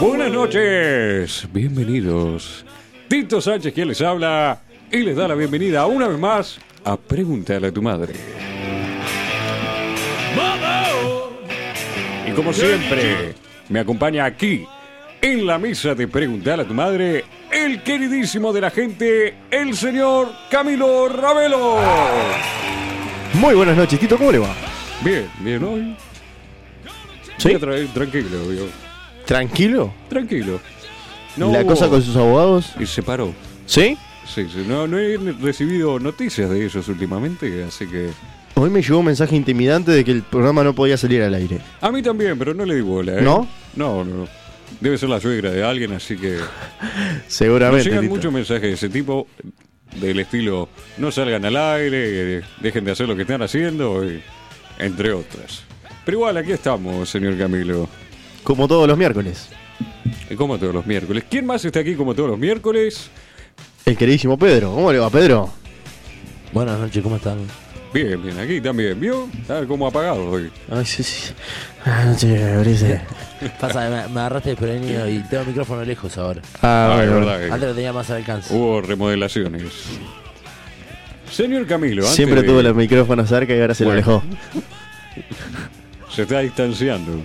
Buenas noches, bienvenidos. Tito Sánchez quien les habla y les da la bienvenida una vez más a Pregúntale a tu madre. Y como siempre, me acompaña aquí, en la mesa de Preguntar a tu madre, el queridísimo de la gente, el señor Camilo Ravelo. Muy buenas noches, Tito, ¿cómo le va? Bien, bien hoy. ¿Sí? Voy a traer- tranquilo, digo, ¿Tranquilo? Tranquilo. No ¿La hubo- cosa con sus abogados? Y se paró. ¿Sí? Sí, sí, No, no he recibido noticias de ellos últimamente, así que... Hoy me llegó un mensaje intimidante de que el programa no podía salir al aire. A mí también, pero no le di bola, ¿eh? ¿No? No, no, no. Debe ser la suegra de alguien, así que... Nos Seguramente. llegan Tito. muchos mensajes de ese tipo, del estilo, no salgan al aire, eh, dejen de hacer lo que están haciendo, y- entre otras. Pero igual, aquí estamos, señor Camilo, Como todos los miércoles. eh, como todos los miércoles. ¿Quién más está aquí como todos los miércoles? El queridísimo Pedro, ¿cómo le va, Pedro? Buenas noches, ¿cómo están? Bien, bien, aquí también, ¿vio? Está como apagado hoy. Ay, sí, sí. Buenas noches, Brice. Pasa, me, me agarraste desprevenido y tengo el micrófono lejos ahora. es Ah, bueno, verdad que Antes lo tenía más al alcance. hubo remodelaciones. Señor Camilo, antes Siempre de- tuvo los micrófonos cerca y ahora se Bueno. lo alejó. se está distanciando.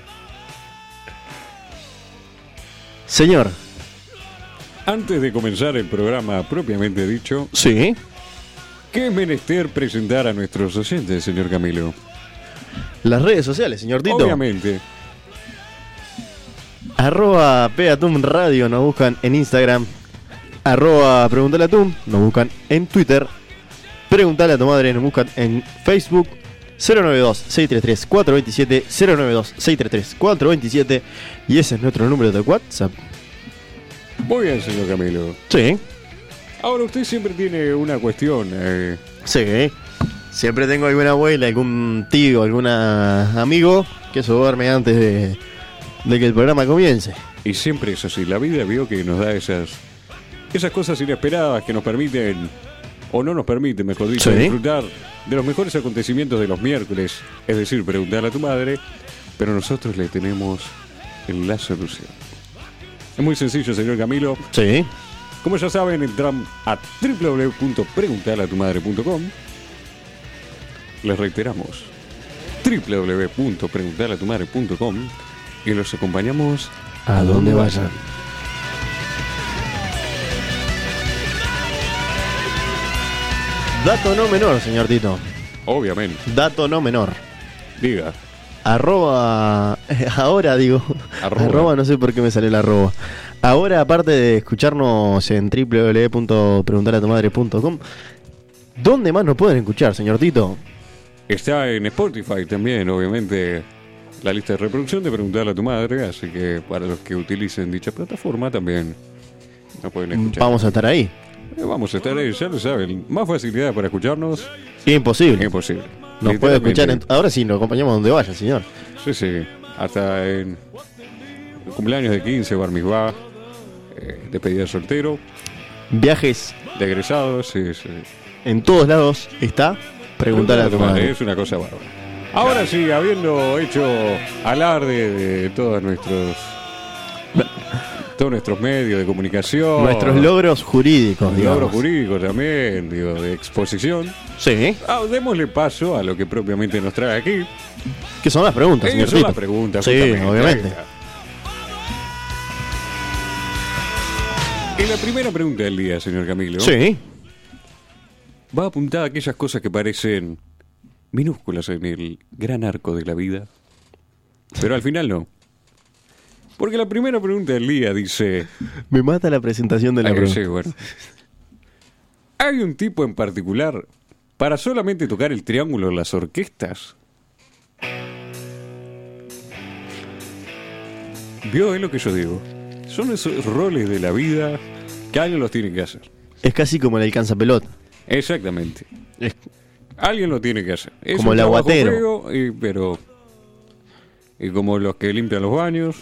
Señor. Antes de comenzar el programa propiamente dicho, Sí. ¿qué es menester presentar a nuestros oyentes, señor Camilo? Las redes sociales, señor Tito. Obviamente. Arroba Peatum Radio nos buscan en Instagram. Arroba Preguntale a Tum nos buscan en Twitter. Preguntale a tu madre nos buscan en Facebook. 092-633-427 092-633-427 Y ese es nuestro número de WhatsApp Muy bien, señor Camilo. Sí, Ahora usted siempre tiene una cuestión. eh, sí Siempre tengo alguna abuela, algún tío, algún amigo Que se duerme antes de, de que el programa comience y siempre es así. La vida vio que nos da esas, esas cosas inesperadas que nos permiten, o no nos permiten, mejor dicho, Sí. disfrutar de los mejores acontecimientos de los miércoles. Es decir, preguntar a tu madre, pero nosotros le tenemos la solución. Es muy sencillo, señor Camilo. Sí Como ya saben, entran a www.preguntalatumadre.com. Les reiteramos, www.preguntalatumadre.com y los acompañamos ¿A dónde vayan? Dato no menor, señor Tito. Obviamente, Dato no menor. diga. Arroba. Ahora digo. Arroba. Arroba. no sé por qué me sale el arroba. Ahora, aparte de escucharnos en www.preguntalatumadre.com, ¿dónde más nos pueden escuchar, señor Tito? Está en Spotify también, obviamente, la lista de reproducción de Preguntarle a tu madre, así que para los que utilicen dicha plataforma también nos pueden escuchar. Mm, Vamos a estar ahí. Eh, vamos a estar ahí, ya lo saben, más facilidad para escucharnos, Imposible. imposible. Nos puede escuchar. en- Literalmente. Ahora sí, nos acompañamos donde vaya, señor. Sí, sí, hasta en cumpleaños de 15, bar mitzvah, eh, despedida de soltero, Viajes de egresados, sí, sí. en todos lados está preguntar a tu madre. Es una cosa bárbara. Ahora sí, habiendo hecho alarde de todos nuestros todos nuestros medios de comunicación, Nuestros logros jurídicos, digamos. logros jurídicos también, digo, de exposición, Sí, ah, démosle paso a lo que propiamente nos trae aquí. que son las preguntas, Esas señor son Tito. las preguntas, Sí, justamente. obviamente. Y la primera pregunta del día, señor Camilo, Sí, va apuntada a aquellas cosas que parecen minúsculas en el gran arco de la vida, pero al final no. Porque la primera pregunta del día dice... me mata la presentación de la Ay, pregunta. sí, bueno. ¿Hay un tipo en particular para solamente tocar el triángulo en las orquestas? Vio, es lo que yo digo. Son esos roles de la vida que alguien los tiene que hacer. Es casi como el alcanza pelota. Exactamente. Es- Alguien lo tiene que hacer. Es Como un el trabajo aguatero. feo y- pero. Y como los que limpian los baños,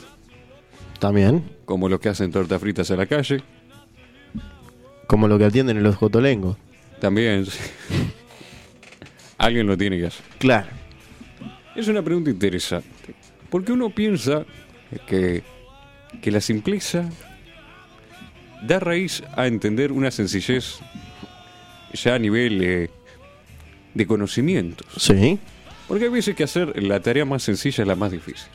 También, como los que hacen tortas fritas a la calle, como lo que atienden en los jotolengos. también. sí. alguien lo tiene que hacer. Claro. Es una pregunta interesante. Porque uno piensa que, que la simpleza da raíz a entender una sencillez ya a nivel eh, de conocimientos. Sí. Porque hay veces que hacer la tarea más sencilla es la más difícil.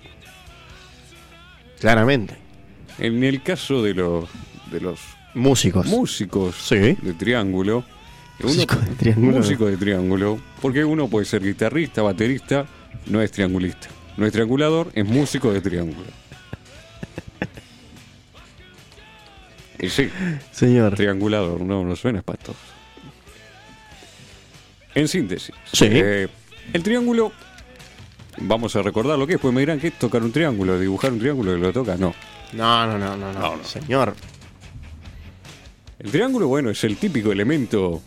Claramente. En el caso de los, de los Músicos. músicos Sí. de triángulo, uno- Músico de triángulo. músico de triángulo, porque uno puede ser guitarrista, baterista, no es triangulista. No es triangulador, es músico de triángulo. Y sí, Señor. triangulador, no, no suena espantoso. En síntesis, Sí. eh, el triángulo, vamos a recordar lo que es, pues me dirán que es tocar un triángulo, dibujar un triángulo que lo toca, no. No, no, no, no, no. No, no. Señor. El triángulo, bueno, es el típico elemento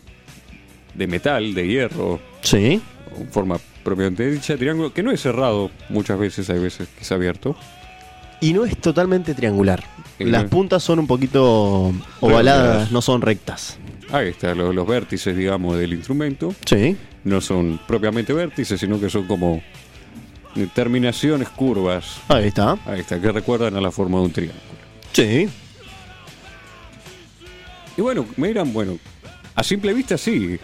de metal, de hierro, Sí. en forma propiamente dicha, triángulo, que no es cerrado muchas veces, hay veces que es abierto. Y no es totalmente triangular. Y Las no- puntas son un poquito ovaladas, Redondeadas. no son rectas. Ahí están los, los vértices, digamos, del instrumento. Sí. No son propiamente vértices, sino que son como terminaciones curvas. Ahí está. Ahí está, que recuerdan a la forma de un triángulo. Sí. Y bueno, me dirán, bueno, a simple vista sí,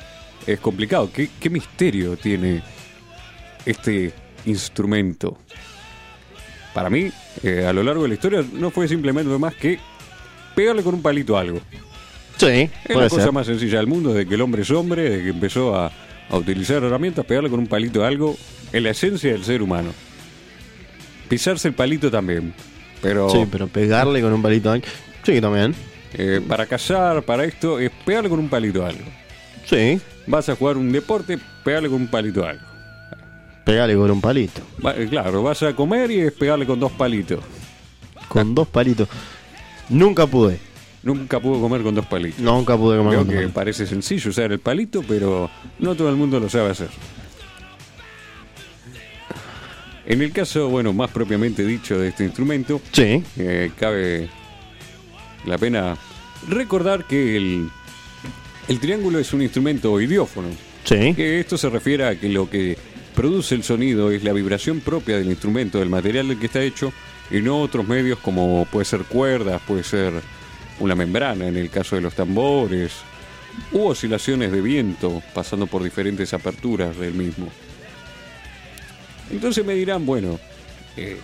es complicado. ¿Qué, qué misterio tiene este instrumento? Para mí, eh, a lo largo de la historia, no fue simplemente más que pegarle con un palito a algo. Sí. Es puede la cosa ser. más sencilla del mundo, desde que el hombre es hombre, desde que empezó a, a utilizar herramientas, pegarle con un palito a algo, es la esencia del ser humano. Pisarse el palito también, pero, Sí, pero pegarle con un palito. ahí- Sí, también. eh, para cazar, para esto, es pegarle con un palito a algo. Sí. Vas a jugar un deporte, pegarle con un palito a algo. Pegarle con un palito. Va- eh, claro, vas a comer y es pegarle con dos palitos. Con dos palitos. Nunca pude. Nunca pudo comer con dos palitos. Nunca pude comer Creo con dos que palitos. parece sencillo usar el palito, pero no todo el mundo lo sabe hacer. En el caso, bueno, más propiamente dicho de este instrumento, Sí. eh, cabe la pena recordar que el, el triángulo es un instrumento idiófono. Sí. Que esto se refiere a que lo que produce el sonido es la vibración propia del instrumento, del material del que está hecho, y no otros medios como puede ser cuerdas, puede ser una membrana en el caso de los tambores, u oscilaciones de viento pasando por diferentes aperturas del mismo. Entonces me dirán, bueno, eh,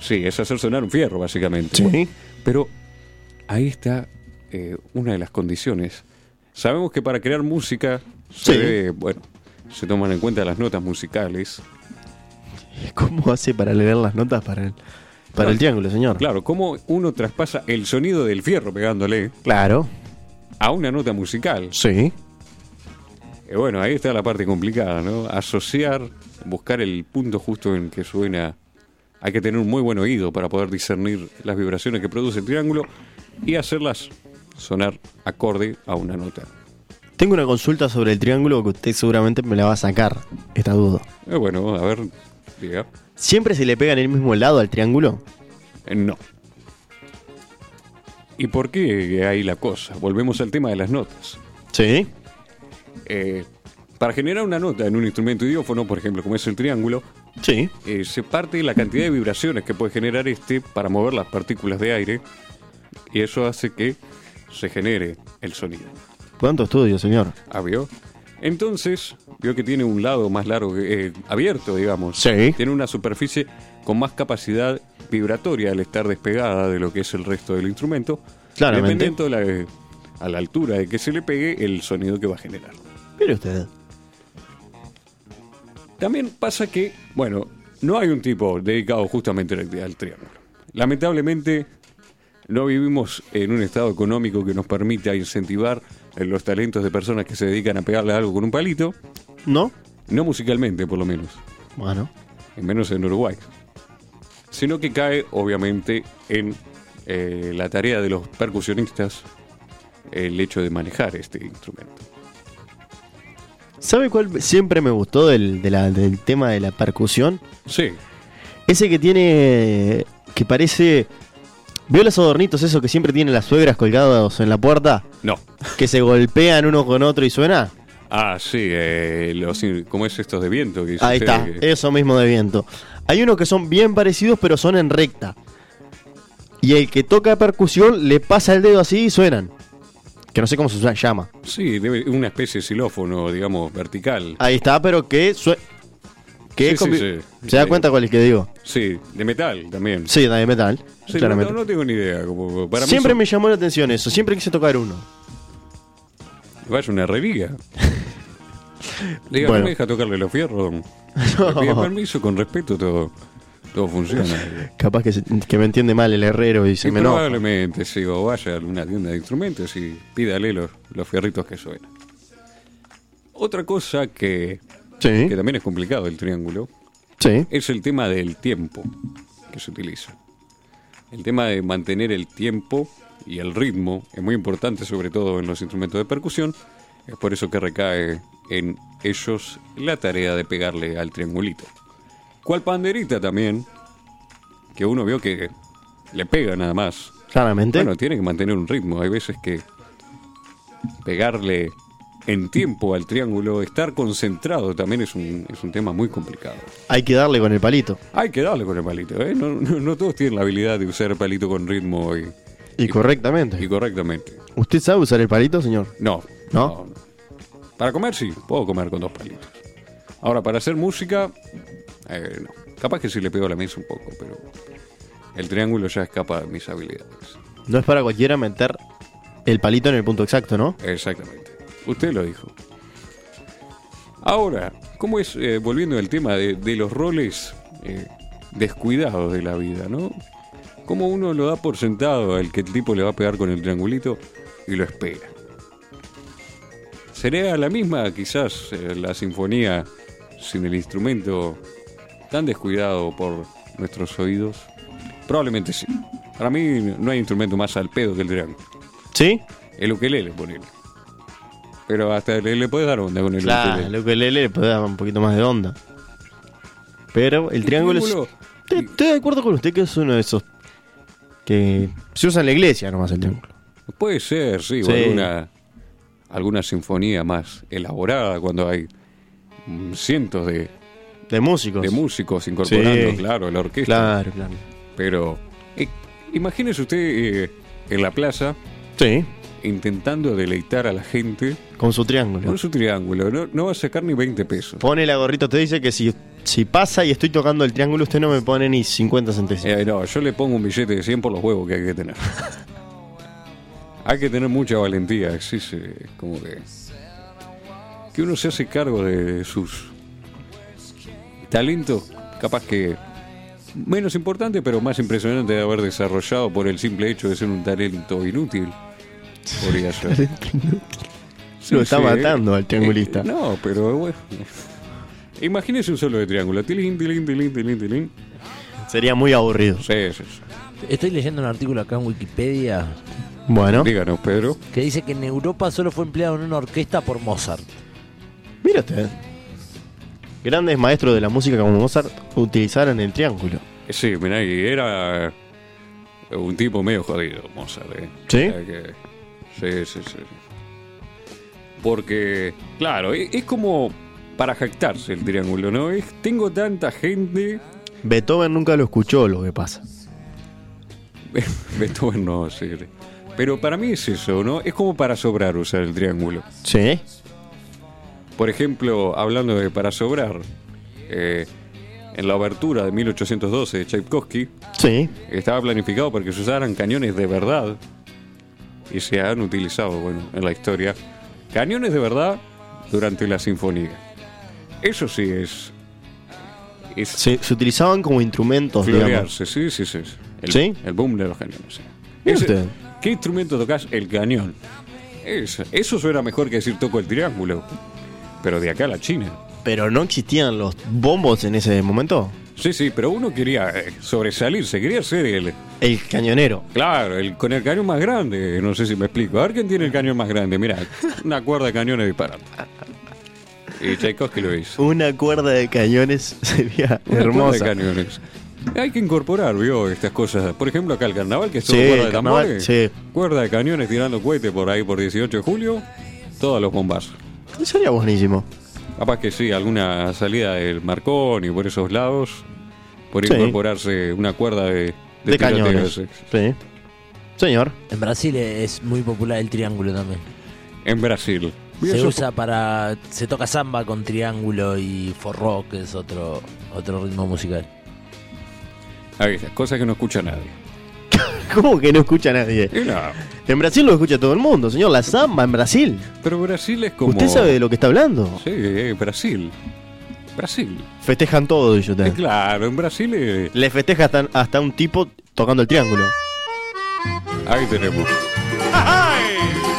sí, es hacer sonar un fierro básicamente. Sí. Pero ahí está eh, una de las condiciones. Sabemos que para crear música se Sí. debe, bueno, se toman en cuenta las notas musicales. ¿Cómo hace para leer las notas para el, para el triángulo, señor? Claro, cómo uno traspasa el sonido del fierro pegándole Claro. a una nota musical. Sí. Eh, bueno, ahí está la parte complicada, ¿no? Asociar, buscar el punto justo en que suena. Hay que tener un muy buen oído para poder discernir las vibraciones que produce el triángulo y hacerlas sonar acorde a una nota. Tengo una consulta sobre el triángulo que usted seguramente me la va a sacar, esta duda. Eh, bueno, a ver, diga. ¿Siempre se le pega en el mismo lado al triángulo? Eh, No. ¿Y por qué ahí la cosa? Volvemos al tema de las notas. Sí. Eh, para generar una nota en un instrumento idiófono, por ejemplo, como es el triángulo, Sí. eh, se parte de la cantidad de vibraciones que puede generar este para mover las partículas de aire y eso hace que se genere el sonido. ¿Cuánto estudio, señor? Ah, ¿vio? Entonces, vio que tiene un lado más largo, que- eh, abierto, digamos. Sí. Tiene una superficie con más capacidad vibratoria al estar despegada de lo que es el resto del instrumento. Claramente. Dependiendo la- a la altura de que se le pegue el sonido que va a generar. Mire usted. También pasa que, bueno, no hay un tipo dedicado justamente al al triángulo. Lamentablemente, no vivimos en un estado económico que nos permita incentivar eh, los talentos de personas que se dedican a pegarle algo con un palito. ¿No? No musicalmente, por lo menos. Bueno. En menos en Uruguay. Sino que cae, obviamente, en eh, la tarea de los percusionistas el hecho de manejar este instrumento. ¿Sabe cuál siempre me gustó del, de la- del tema de la percusión? Sí, Ese que tiene. que parece. ¿Vio los adornitos esos que siempre tienen las suegras colgados en la puerta? no. Que se golpean uno con otro y suena. Ah, sí, eh, los, ¿cómo es estos de viento? que dice Ahí usted? está, Eh. Que- eso mismo de viento. Hay unos que son bien parecidos, pero son en recta. Y el que toca percusión le pasa el dedo así y suenan. Que no sé cómo se usa- llama. Sí, debe- una especie de xilófono, digamos, vertical. Ahí está, pero que sue- que Sí, es convi- sí, sí. ¿Se da Sí. cuenta cuál es que digo? Sí, de metal también. Sí, también metal. Sí, claramente. no, no tengo ni idea. como para mí Siempre son- me llamó la atención eso, siempre quise tocar uno. Vaya una reliquia. Diga, Bueno. no me deja tocarle los fierros. don. Me pide permiso, con respeto, todo, todo funciona. Capaz que, se- que me entiende mal el herrero y se Y me enoja. probablemente, si o vaya a una tienda de instrumentos y pídale los, los fierritos que suenan. Otra cosa que, Sí, que también es complicado el triángulo sí. es el tema del tiempo que se utiliza. El tema de mantener el tiempo y el ritmo es muy importante, sobre todo en los instrumentos de percusión. Es por eso que recae en ellos la tarea de pegarle al triangulito. ¿Cuál panderita también? Que uno vio que le pega nada más. Claramente. Bueno, tiene que mantener un ritmo. Hay veces que pegarle en tiempo al triángulo, estar concentrado también es un, es un tema muy complicado. Hay que darle con el palito. Hay que darle con el palito, ¿eh? No, no- no todos tienen la habilidad de usar el palito con ritmo y, Y correctamente. y correctamente. ¿Usted sabe usar el palito, señor? No, ¿No? Para comer sí, puedo comer con dos palitos. Ahora, para hacer música, eh, no. Capaz que sí le pego a la mesa un poco, pero el triángulo ya escapa de mis habilidades. No es para cualquiera meter el palito en el punto exacto, ¿no? Exactamente. Usted lo dijo. Ahora, ¿cómo es, eh, volviendo al tema de, de los roles eh, descuidados de la vida, ¿no? ¿Cómo uno lo da por sentado al que el tipo le va a pegar con el triangulito y lo espera? ¿Sería la misma quizás eh, la sinfonía sin el instrumento tan descuidado por nuestros oídos? Probablemente sí. Para mí no hay instrumento más al pedo que el triángulo. ¿Sí? El ukelele, ponele. Pero hasta le, le puedes dar onda con el Claro, ukelele. lo que le puede dar un poquito más de onda. Pero el triángulo, es- triángulo- Te- Estoy de acuerdo con usted que es uno de esos que se usa en la iglesia nomás el triángulo. Puede ser, sí, o Sí. alguna, alguna sinfonía más elaborada cuando hay mm, cientos de, De músicos. de músicos incorporando, Sí. claro, la orquesta. Claro, claro. Pero eh, imagínese usted eh, en la plaza Sí, intentando deleitar a la gente con su triángulo. con su triángulo. No, no va a sacar ni 20 pesos. Pone la gorrita, usted dice que si, si pasa y estoy tocando el triángulo, usted no me pone ni 50 centésimos. Eh, no, yo le pongo un billete de 100 por los huevos que hay que tener. hay que tener mucha valentía, sí, sí, como que... Que uno se hace cargo de sus talentos, capaz que menos importante, pero más impresionante de haber desarrollado por el simple hecho de ser un talento inútil. Podría ser. Sí, Lo está sí, eh. matando al triangulista. Eh, no, pero bueno. Imagínese un solo de triángulo. Tilín, tilín, tilín, tilín, tilín. Sería muy aburrido. Sí, sí, sí. Estoy leyendo un artículo acá en Wikipedia Bueno, Díganos, Pedro. que dice que en Europa solo fue empleado en una orquesta por Mozart. mira usted. Grandes maestros de la música como Mozart utilizaron el triángulo. Sí, mirá, y era un tipo medio jodido, Mozart. ¿eh? ¿Sí? O sea que- sí, sí, sí. Porque, claro, e- es, como para jactarse el triángulo, ¿no? Es, tengo tanta gente. Beethoven nunca lo escuchó, lo que pasa. Beethoven no, sí. Pero para mí es eso, ¿no? Es como para sobrar usar el triángulo. Sí. Por ejemplo, hablando de para sobrar, eh, en la obertura de 1812 de Tchaikovsky, Sí. Estaba planificado para que se usaran cañones de verdad y se han utilizado, bueno, en la historia. Cañones de verdad durante la sinfonía. Eso sí es. Es Se, se utilizaban como instrumentos, digamos. florearse, sí, sí, sí. El, ¿Sí? el boom de los cañones. sí. Mire Ese- usted. ¿Qué instrumento tocas? El cañón. Es- eso suena mejor que decir toco el triángulo. Pero de acá a la China. Pero no existían los bombos en ese momento. Sí, sí, pero uno quería eh, sobresalirse, quería ser el, El cañonero. Claro, el, con el cañón más grande, no sé si me explico. A ver quién tiene el cañón más grande. Mira, una cuerda de cañones disparando. Y Tchaikovsky lo hizo. Una cuerda de cañones sería Una hermosa. cuerda de cañones. Hay que incorporar, vio, estas cosas. Por ejemplo, acá el carnaval, que es todo Sí, cuerda de carnaval, tambores. sí. Cuerda de cañones tirando cohete por ahí por 18 de julio. Todos los bombazos. Sería buenísimo. Capaz que sí, alguna salida del Marcón y por esos lados. Por Sí. incorporarse una cuerda de, De, tiroteo, cañones. sí. Sí. Señor. En Brasil e-, es muy popular el triángulo también. En Brasil. Se usa para. Se toca samba con triángulo y forró, que es otro, otro ritmo musical. Ahí está, cosa que no escucha nadie. ¿Cómo que no escucha a nadie? Y no, En Brasil lo escucha todo el mundo, señor. La samba en Brasil. pero Brasil es como. Usted sabe de lo que está hablando. Sí, eh, Brasil. Brasil. Ah. Festejan todo, yo Eh, claro, en Brasil. eh, Le festeja hasta, hasta un tipo tocando el triángulo. ahí tenemos. Ai,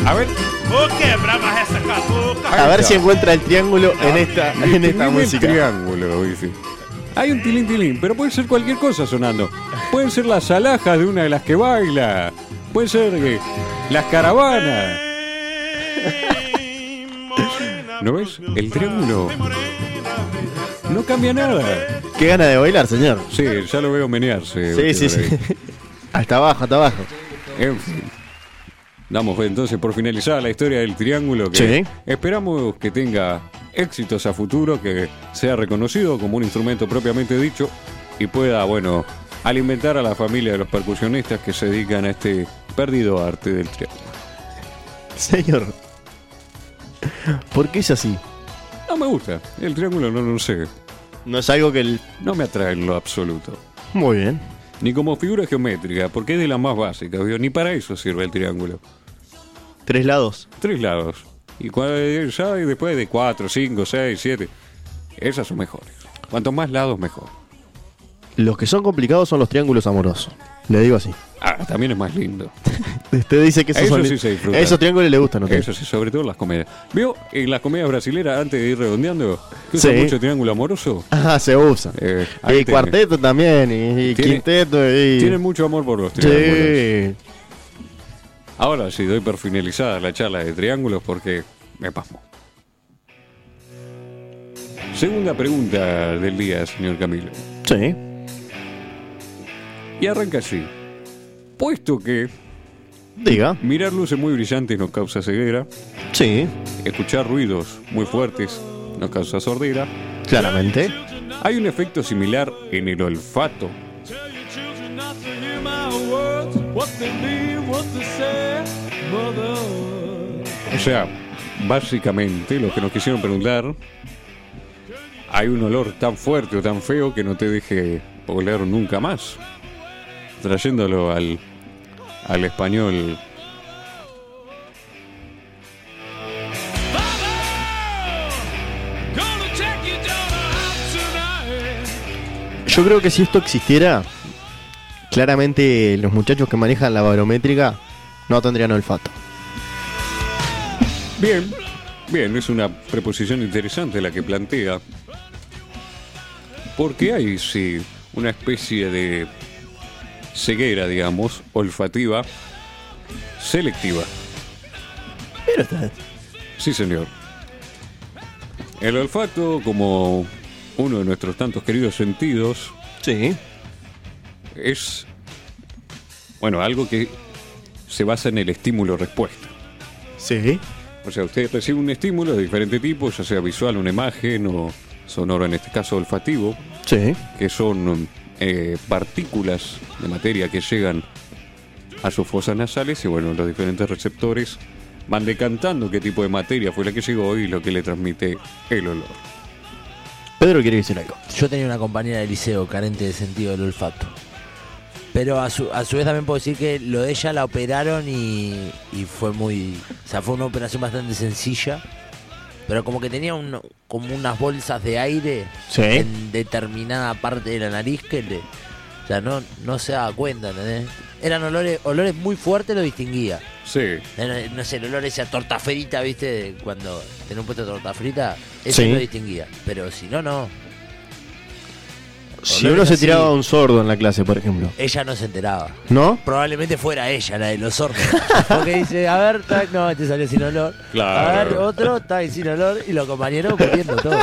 A ver. vou quebrar mais essa cabuca. ahí A ver está. Ah, si encuentra el triángulo en esta, en Tilín esta el música. triángulo, dice. Hay un tilín tilín, pero puede ser cualquier cosa sonando. Pueden ser las alhajas de una de las que baila. Pueden ser eh, las caravanas. ¿No ves? El triángulo. No cambia nada. Qué gana de bailar, señor. Sí, ya lo veo menearse. Sí, sí, Gutiérrez. sí. Hasta abajo, hasta abajo. En fin. Damos entonces por finalizada la historia del triángulo que Sí. esperamos que tenga éxitos a futuro, que sea reconocido como un instrumento propiamente dicho y pueda, bueno, alimentar a la familia de los percusionistas que se dedican a este perdido arte del triángulo. Señor. ¿Por qué es así? No me gusta, el triángulo no lo sé, No es algo que el. no me atrae en lo absoluto. Muy bien. Ni como figura geométrica, porque es de las más básicas, ¿vio? ni para eso sirve el triángulo. Tres lados. Tres lados. Y cua- eh, ya y después de cuatro, cinco, seis, siete. Esas son mejores. Cuanto más lados, mejor. Los que son complicados son los triángulos amorosos. Le digo así. Ah, también es más lindo. Usted dice que esos, Eso son- sí se disfruta. esos triángulos le gustan, ¿no? Eso sí, sobre todo las comedias. ¿Vio? En las comedias brasileras, antes de ir redondeando, que usan Sí. mucho triángulo amoroso. Ajá, se usa. Eh, y ahí tiene. cuarteto también, y, y Tiene- quinteto, y. Tienen mucho amor por los triángulos. sí. Ahora sí, doy por finalizada la charla de triángulos porque me pasmo. Segunda pregunta del día, señor Camilo. Sí. Y arranca así. Puesto que Diga. Mirar luces muy brillantes nos causa ceguera. Sí. Escuchar ruidos muy fuertes nos causa sordera. Claramente. Hay un efecto similar en el olfato. Tell your children not to hear my words, what they mean, what they say, mother. O sea, básicamente lo que nos quisieron preguntar, hay un olor tan fuerte o tan feo que no te deje oler nunca más. Trayéndolo al, al español. Mother, gonna take your daughter out tonight. Yo creo que si esto existiera, claramente los muchachos que manejan la barométrica no tendrían olfato. Bien, bien, es una preposición interesante la que plantea. Porque hay, sí, una especie de ceguera, digamos, olfativa, selectiva. Pero está. Sí, señor. El olfato, como uno de nuestros tantos queridos sentidos, Sí. es, bueno, algo que se basa en el estímulo-respuesta. Sí. O sea, usted recibe un estímulo de diferente tipo, ya sea visual, una imagen o sonoro, en este caso olfativo, Sí. que son eh, partículas de materia que llegan a sus fosas nasales y bueno, los diferentes receptores van decantando qué tipo de materia fue la que llegó y lo que le transmite el olor. Pedro quiere decir algo. Yo tenía una compañera de liceo carente de sentido del olfato. Pero a su, a su vez también puedo decir que lo de ella la operaron y, y fue muy... O sea, fue una operación bastante sencilla. Pero como que tenía un- como unas bolsas de aire Sí. en determinada parte de la nariz que le... O sea, no, no se daba cuenta, ¿entendés? Eran olores, olores muy fuertes, lo distinguía. Sí, Era, No sé, el olor ese a torta frita, ¿viste? De Cuando tenés un puesto de torta frita, eso Sí. lo distinguía. Pero si no, no. Si uno se así. tiraba un sordo en la clase, por ejemplo. Ella no se enteraba. ¿No? Probablemente fuera ella la de los hornos. Porque dice, a ver, tac, no, este salió sin olor. Claro. A ver, otro, tac, sin olor. Y los compañeros comiendo todo.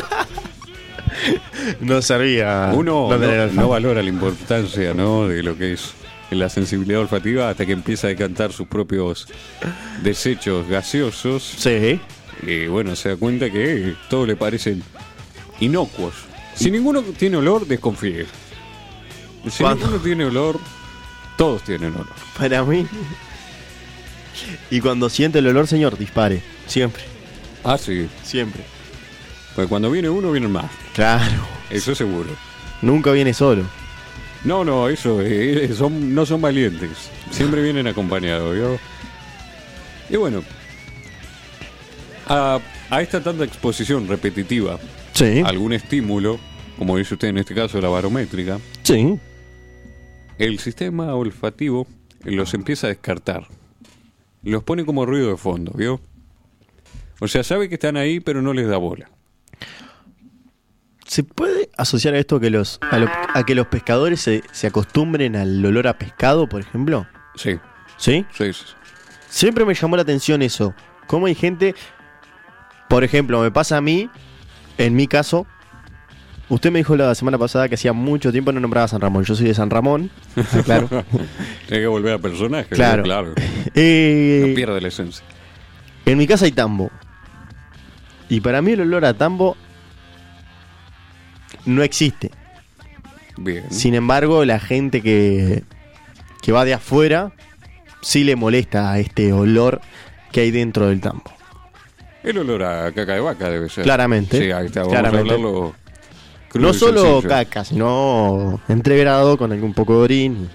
No servía. uno no, no valora la importancia ¿no? de lo que es la sensibilidad olfativa hasta que empieza a decantar sus propios desechos gaseosos Sí. Y bueno, se da cuenta que eh, todos le parecen inocuos. Si ninguno tiene olor, desconfíe. Si ¿Cuándo? ninguno tiene olor, todos tienen olor. Para mí. Y cuando siente el olor, señor, dispare. Siempre, Ah, sí. siempre. Pues cuando viene uno, vienen más. Claro. Eso seguro. Nunca viene solo. No, no, eso, eh, eh, son, no son valientes. Siempre vienen acompañados, ¿vio? Y bueno, a, a esta tanta exposición repetitiva, Sí. algún estímulo, como dice usted en este caso, la barométrica, Sí. el sistema olfativo los empieza a descartar. Los pone como ruido de fondo, ¿vio? O sea, sabe que están ahí, pero no les da bola. ¿Se puede asociar a esto que los, a, lo- a que los pescadores se, se acostumbren al olor a pescado, por ejemplo? Sí, ¿Sí? sí, sí. Siempre me llamó la atención eso. Cómo hay gente, por ejemplo, me pasa a mí, en mi caso, usted me dijo la semana pasada que hacía mucho tiempo no nombraba a San Ramón. Yo soy de San Ramón, Ah, claro. Tiene que volver a personaje, ¿vio? Claro. claro. No Eh, pierde la esencia. en mi casa hay tambo. Y para mí el olor a tambo no existe. Bien. Sin embargo, la gente que, que va de afuera sí le molesta este olor que hay dentro del tambo. El olor a caca de vaca debe ser. Claramente. Sí, ahí está. Vamos Claramente. a hablarlo. crudo No y solo sencillo. caca, sino entreverado con algún poco de orín.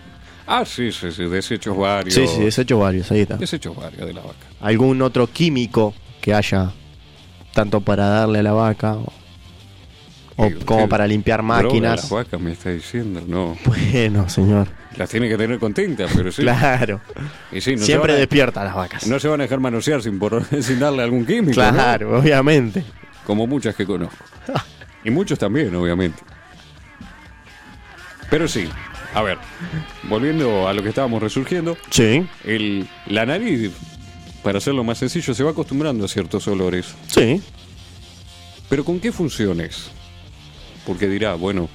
Ah, sí, sí, sí. Desechos varios. Sí, sí, desechos varios, ahí está. Desechos varios de la vaca. Algún otro químico que haya, tanto para darle a la vaca o, o Digo, como qué para limpiar droga máquinas. Las vacas me está diciendo, no. Bueno, señor, Las tiene que tener contentas, pero sí. claro. Y sí, no se Siempre van a- despierta a las vacas. No se van a dejar manosear sin, por- sin darle algún químico. ¿no? claro, obviamente. Como muchas que conozco. Y muchos también, obviamente. Pero sí, a ver, volviendo a lo que estábamos resurgiendo, Sí, el, la nariz, para hacerlo más sencillo, se va acostumbrando a ciertos olores. sí. Pero ¿con qué funciones? Porque dirá, bueno,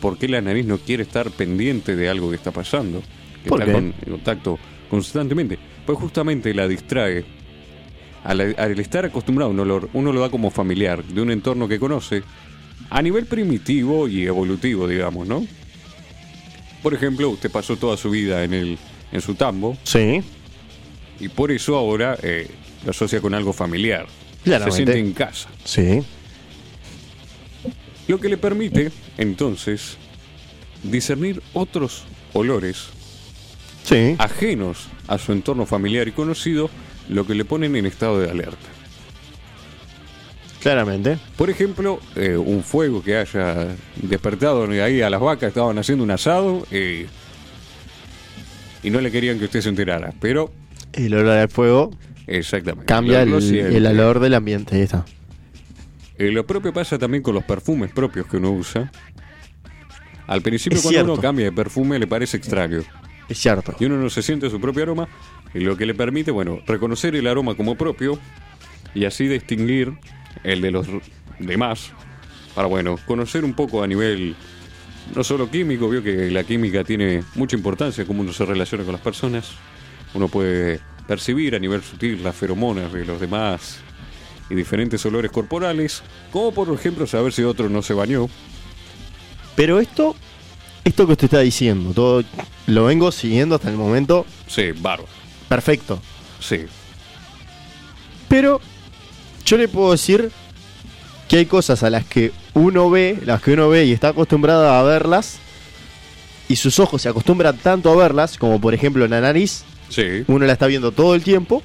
¿por qué la nariz no quiere estar pendiente de algo que está pasando? Que ¿Por está qué? con- en contacto constantemente. Pues justamente la distrae. Al, al estar acostumbrado a un olor, uno lo da como familiar, de un entorno que conoce, a nivel primitivo y evolutivo, digamos, ¿no? Por ejemplo, usted pasó toda su vida en, el, en su tambo, Sí, y por eso ahora eh, lo asocia con algo familiar. Claramente. Se siente en casa. sí. Lo que le permite, entonces, discernir otros olores Sí. Ah. ajenos a su entorno familiar y conocido, lo que le ponen en estado de alerta. Claramente. Por ejemplo, eh, un fuego que haya despertado ahí a las vacas, estaban haciendo un asado eh, y no le querían que usted se enterara, pero El olor al fuego exactamente. cambia lo- lo el, siente. el olor del ambiente. Ahí está. Eh, lo propio pasa también con los perfumes propios que uno usa. Al principio, Es cuando cierto. uno cambia de perfume, le parece extraño. Es cierto. Y uno no se siente su propio aroma, y lo que le permite, bueno, reconocer el aroma como propio y así distinguir el de los r- demás. Para, bueno, conocer un poco a nivel no solo químico, vio que la química tiene mucha importancia como uno se relaciona con las personas. Uno puede percibir a nivel sutil las feromonas de los demás y diferentes olores corporales, como por ejemplo saber si otro no se bañó. Pero esto, esto que usted está diciendo, todo lo vengo siguiendo hasta el momento, Sí, bárbaro. perfecto. Sí, Pero yo le puedo decir que hay cosas a las que uno ve, las que uno ve y está acostumbrado a verlas, y sus ojos se acostumbran tanto a verlas, como por ejemplo la nariz, sí, uno la está viendo todo el tiempo,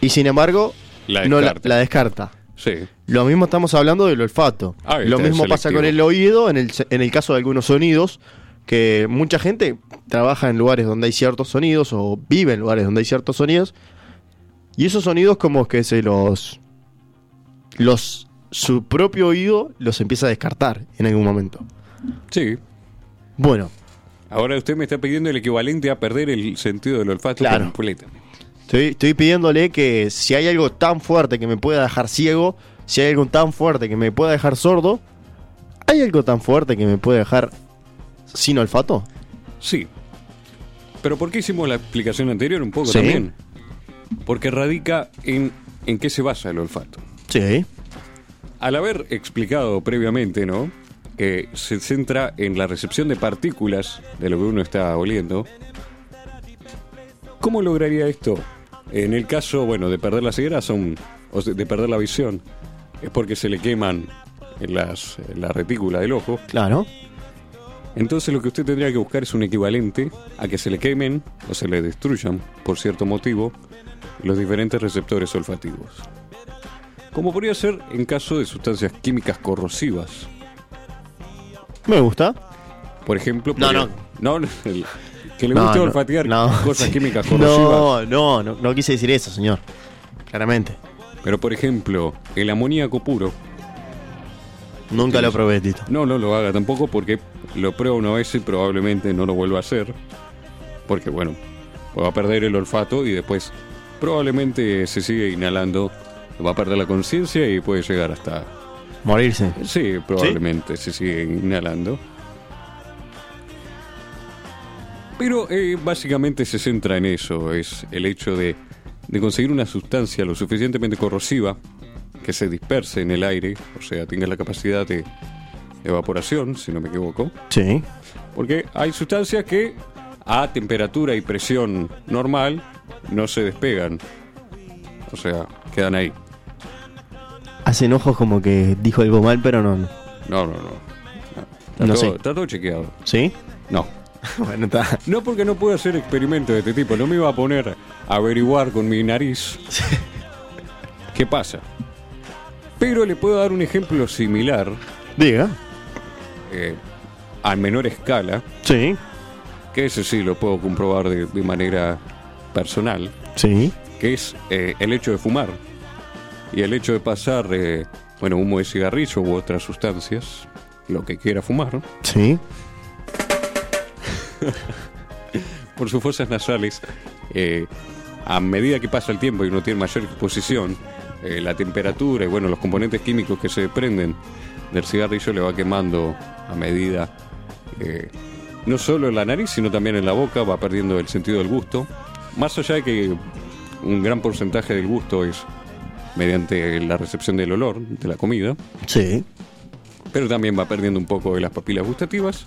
y sin embargo La no descarta. la descarta. sí. Lo mismo estamos hablando del olfato. Ah, Lo está, mismo pasa selectivo. con el oído en el, en el caso de algunos sonidos, que mucha gente trabaja en lugares donde hay ciertos sonidos o vive en lugares donde hay ciertos sonidos. Y esos sonidos como que se los... los su propio oído los empieza a descartar en algún momento. Sí, Bueno, Ahora usted me está pidiendo el equivalente a perder el sentido del olfato Claro. completamente. estoy, estoy pidiéndole que si hay algo tan fuerte que me pueda dejar ciego, si hay algo tan fuerte que me pueda dejar sordo, ¿hay algo tan fuerte que me puede dejar sin olfato? Sí. Pero ¿por qué hicimos la explicación anterior un poco Sí. también? Porque radica en ¿En qué se basa el olfato? Sí. Al haber explicado previamente, ¿no? Que se centra en la recepción de partículas de lo que uno está oliendo. ¿Cómo lograría esto? En el caso, bueno, de perder la ceguera son, o sea, de perder la visión, es porque se le queman en las, en la retícula del ojo. Claro. Entonces lo que usted tendría que buscar es un equivalente a que se le quemen o se le destruyan, por cierto motivo, los diferentes receptores olfativos. Como podría ser en caso de sustancias químicas corrosivas. Me gusta. Por ejemplo, No, podría- no, no, el- que le gusta no, olfatear no. cosas químicas corrosivas. No, no, no, no quise decir eso, señor. Claramente. Pero por ejemplo, el amoníaco puro. Nunca lo probé, Tito. No, no lo haga tampoco porque lo prueba una vez y probablemente no lo vuelva a hacer. Porque bueno, va a perder el olfato y después probablemente se sigue inhalando, va a perder la conciencia y puede llegar hasta... Morirse. Sí, probablemente se sigue inhalando. Pero eh, básicamente se centra en eso, es el hecho de, de conseguir una sustancia lo suficientemente corrosiva que se disperse en el aire, o sea, tenga la capacidad de evaporación, si no me equivoco. Sí. Porque hay sustancias que a temperatura y presión normal no se despegan. O sea, quedan ahí. Hace enojos como que dijo algo mal, pero no. no. No, no, no. Está, No todo, sé. está todo chequeado. ¿Sí? No. bueno, está. No porque no puedo hacer experimentos de este tipo. No me iba a poner a averiguar con mi nariz qué pasa. Pero le puedo dar un ejemplo similar, Diga. eh, a menor escala, Sí. que ese sí lo puedo comprobar de- de manera personal. Sí. que es eh, el hecho de fumar y el hecho de pasar, eh, bueno, humo de cigarrillo u otras sustancias, lo que quiera fumar, Sí. por sus fosas nasales, eh, a medida que pasa el tiempo y uno tiene mayor exposición, eh, la temperatura y bueno, los componentes químicos que se desprenden del cigarrillo le va quemando a medida, eh, no solo en la nariz, sino también en la boca, va perdiendo el sentido del gusto, más allá de que un gran porcentaje del gusto es mediante la recepción del olor de la comida, Sí. pero también va perdiendo un poco de las papilas gustativas.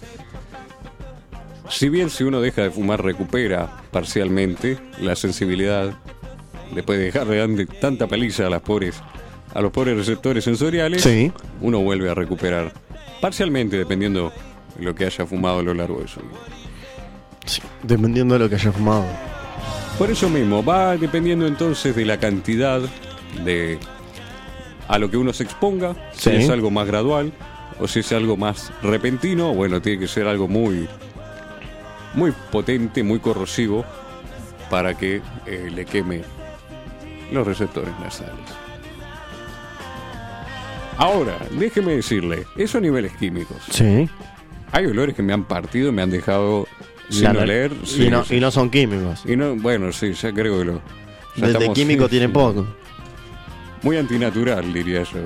Si bien si uno deja de fumar recupera parcialmente la sensibilidad, después de dejar de darle tanta paliza a las pobres, a los pobres receptores sensoriales, Sí. uno vuelve a recuperar parcialmente dependiendo de lo que haya fumado a lo largo de su vida. Sí. Dependiendo de lo que haya fumado. Por eso mismo, va dependiendo entonces de la cantidad de a lo que uno se exponga, si Sí. es algo más gradual o si es algo más repentino, bueno, tiene que ser algo muy muy potente, muy corrosivo para que eh, le queme los receptores nasales. Ahora, déjeme decirle, eso a niveles químicos. Sí. Hay olores que me han partido, y me han dejado sin La- oler. y, sin- no, y no son químicos. y no, bueno, sí, ya creo que lo. ya Desde estamos- químico tienen poco. Muy antinatural, diría yo.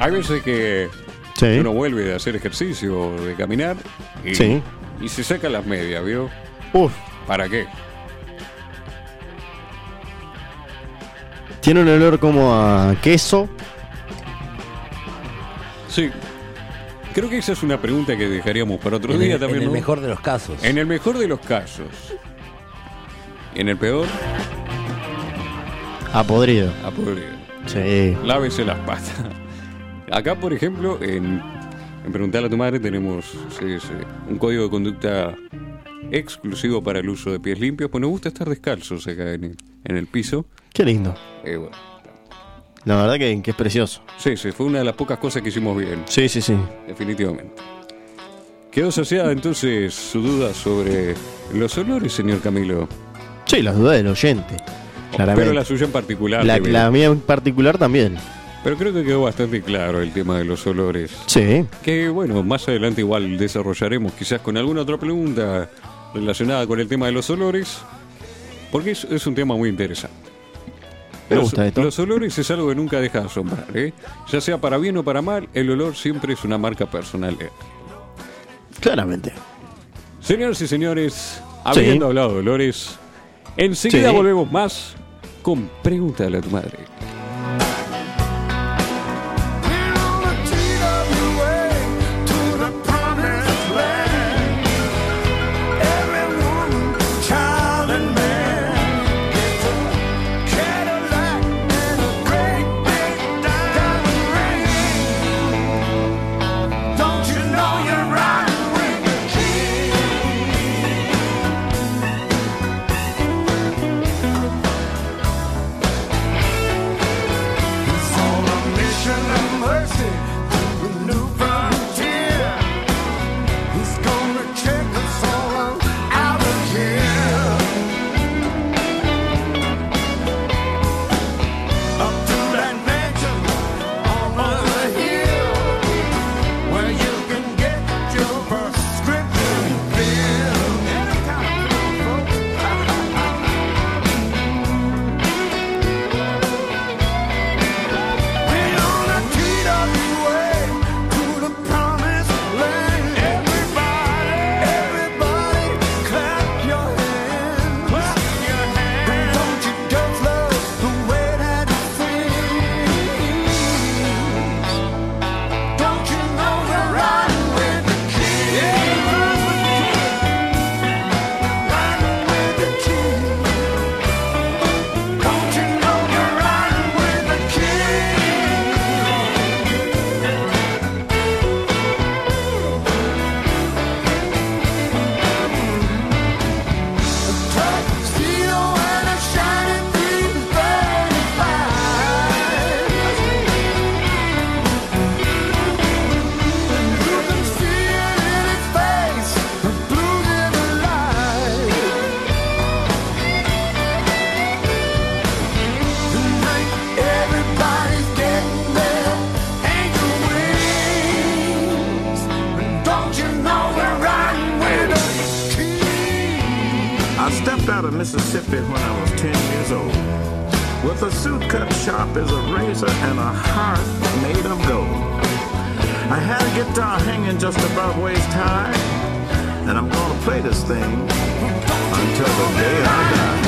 Hay veces que Sí. uno vuelve de hacer ejercicio o de caminar y, Sí. y se saca las medias, ¿vio? Uf. ¿Para qué? Tiene un olor como a queso. Sí. Creo que esa es una pregunta que dejaríamos para otro En día el, también. en el ¿no? mejor de los casos. En el mejor de los casos. En el peor, A podrido. Eh, a podrido. Sí. Lávese las patas. Acá, por ejemplo, en, en Preguntarle a tu madre tenemos sí, sí, un código de conducta exclusivo para el uso de pies limpios. Pues nos gusta estar descalzos acá en el, en el piso. Qué lindo. Eh, bueno, La verdad que, que es precioso. sí, sí, fue una de las pocas cosas que hicimos bien, Sí, sí, sí. definitivamente. Quedó saciada entonces su duda sobre los olores, señor Camilo. Sí, las dudas del oyente. Claramente. Pero la suya en particular. La- de la verdad. mía en particular también. Pero creo que quedó bastante claro el tema de los olores. Sí. Que bueno, más adelante igual desarrollaremos quizás con alguna otra pregunta relacionada con el tema de los olores, porque es, es un tema muy interesante. Me los, gusta esto. los olores es algo que nunca deja de asombrar, ¿eh? ya sea para bien o para mal, el olor siempre es una marca personal. ¿eh? Claramente. Señoras y señores, Sí. habiendo hablado de olores, enseguida Sí. volvemos más con Pregúntale a tu madre. moved out of Mississippi when I was 10 years old. With a suit cut sharp as a razor and a heart made of gold. I had a guitar hanging just about waist high, and I'm gonna play this thing until the day I die.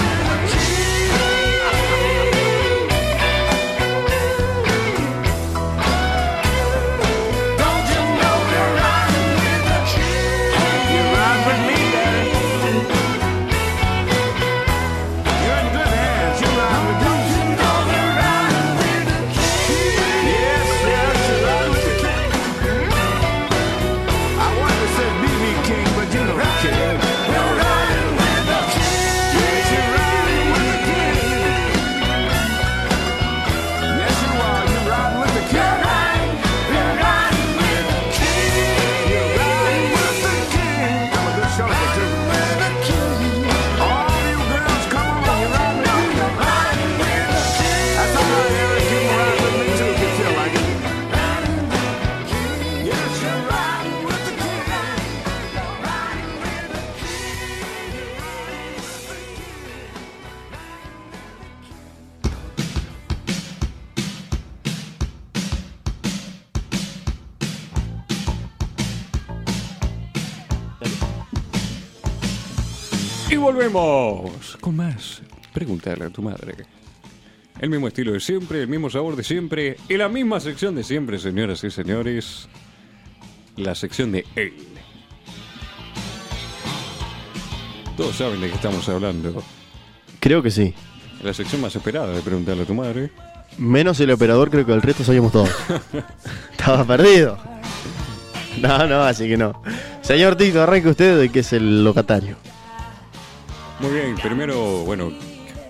You ride with me, daddy. You're in good hands. You ride with me. Yes, yes, you ride with the king. I wanted to say BB King, but you don't care. Yes, you're riding with the king. Yes, you are. You ride with the king. You ride with the king. I'm a good shorty too. All you girls, come on, you ride with me. That's all right, Eric. You can ride with me too if you feel like it. Yes, you're riding with the king. Y volvemos con más. Pregúntale a tu madre. El mismo estilo de siempre, el mismo sabor de siempre y la misma sección de siempre, señoras y señores. La sección de él. Todos saben de qué estamos hablando. Creo que sí. La sección más esperada de preguntarle a tu madre. Menos el operador, creo que el resto sabíamos todos. Estaba perdido. No, no, así que no. Señor Tito, arranque usted de que es el locatario. Muy bien, primero, bueno,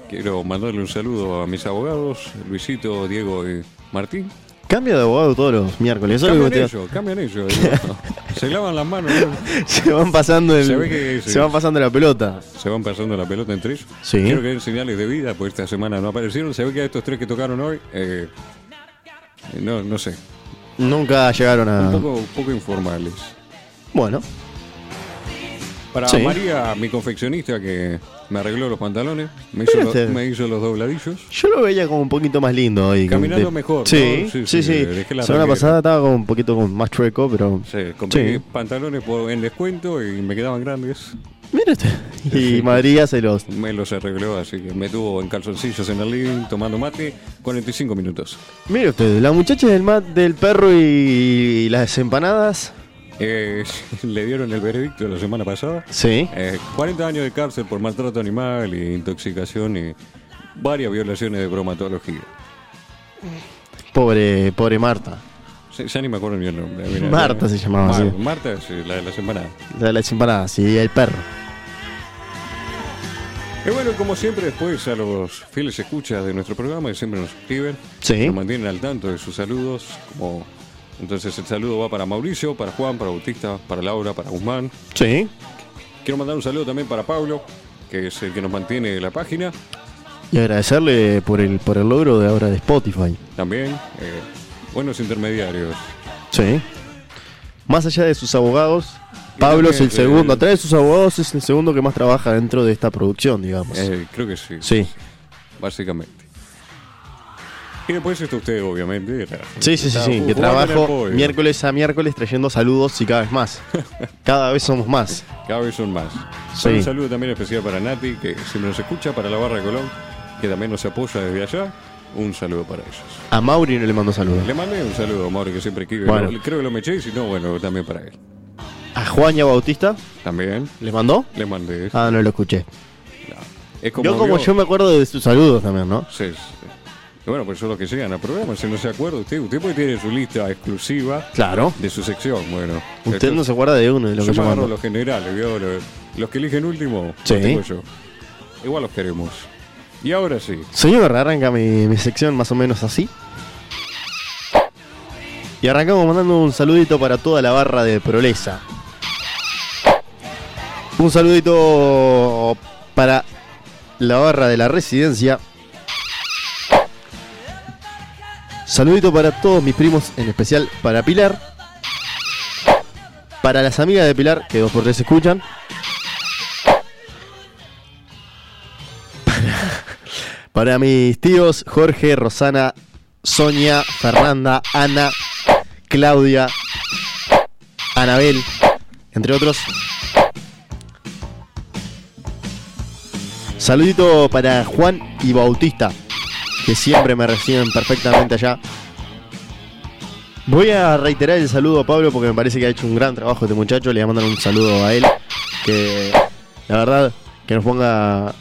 quiero mandarle un saludo a mis abogados, Luisito, Diego y Martín. Cambia de abogado todos los miércoles. Eso es lo Cambian que me ellos, cambian ellos. digo. Se lavan las manos, ¿no? tiene- Se van pasando el- Se ve que- sí. se van pasando la pelota. se van pasando la pelota entre ellos. Sí. Quiero que den señales de vida, porque esta semana no aparecieron. Se ve que a estos tres que tocaron hoy, eh, no, no sé, Nunca llegaron un a. poco, un poco informales. Bueno, Para Sí. María, mi confeccionista, que me arregló los pantalones, me hizo, Mira los, usted. me hizo los dobladillos. yo lo veía como un poquito más lindo hoy. Caminando mejor, Sí, ¿no? sí, Sí, sí. sí, dejé la Semana remera. pasada estaba como un poquito como más chueco, pero. Se compré Sí. pantalones por- en descuento y me quedaban grandes. Mira usted. Y María se los. Me los arregló, así que me tuvo en calzoncillos en el living, tomando mate, 45 minutos. Mire usted, la muchacha del mat del perro y, y las empanadas. Eh, le dieron el veredicto la semana pasada. Sí. Eh, 40 años de cárcel por maltrato animal y intoxicación y varias violaciones de bromatología. Pobre, pobre Marta. Sí, Ya, ni me acuerdo bien el nombre. eh, Mira, Marta ya- se llamaba, sí. Marta, sí, la de la semana. La de las empanadas y el perro. Y bueno, como siempre, después a los fieles escuchas de nuestro programa, que siempre nos escriben, Sí. nos mantienen al tanto de sus saludos. como- Entonces el saludo va para Mauricio, para Juan, para Bautista, para Laura, para Guzmán. Sí. Quiero mandar un saludo también para Pablo, que es el que nos mantiene la página. Y agradecerle por el, por el logro de ahora de Spotify. También, eh, buenos intermediarios. Sí. Más allá de sus abogados, Pablo es el Creo que- segundo. Atrás de sus abogados es el segundo que más trabaja dentro de esta producción, digamos. Eh, creo que sí. Sí. básicamente. Y después está usted, obviamente. era- Sí, sí, sí, está sí. Que jugando en el trabajo podio. miércoles a miércoles trayendo saludos y cada vez más. cada vez somos más. Cada vez son más. Sí. Un saludo también especial para Nati, que siempre nos escucha, para la Barra de Colón, que también nos apoya desde allá. Un saludo para ellos. A Mauri no le mando saludos. Le mandé un saludo a Mauro, que siempre escribe. Bueno. Lo- Creo que lo me eché, y si no, bueno, también para él. A Juan y a Bautista, También ¿les mandó? le mandé. Ah, no lo escuché. Es yo como vio- yo me acuerdo de sus saludos también, ¿no? Sí, sí. Y Bueno, pues son los que llegan al programa. Si no se acuerda usted, usted puede tener su lista exclusiva Claro. de su sección. Bueno, Usted no se acuerda de uno de lo yo que me yo agarro mando. los generales, ¿vio? Los, los que eligen último, Sí. los tengo yo. Igual los queremos. Y ahora sí, Señor, arranca mi, mi sección más o menos así. Y arrancamos mandando un saludito para toda la barra de Proleza. Un saludito para la barra de la residencia. Saludito para todos mis primos, en especial para Pilar. Para las amigas de Pilar, que dos por tres escuchan. Para mis tíos, Jorge, Rosana, Sonia, Fernanda, Ana, Claudia, Anabel, entre otros. Saludito para Juan y Bautista, que siempre me reciben perfectamente allá. Voy a reiterar el saludo a Pablo porque me parece que ha hecho un gran trabajo este muchacho. Le voy a mandar un saludo a él. Que la verdad, que nos ponga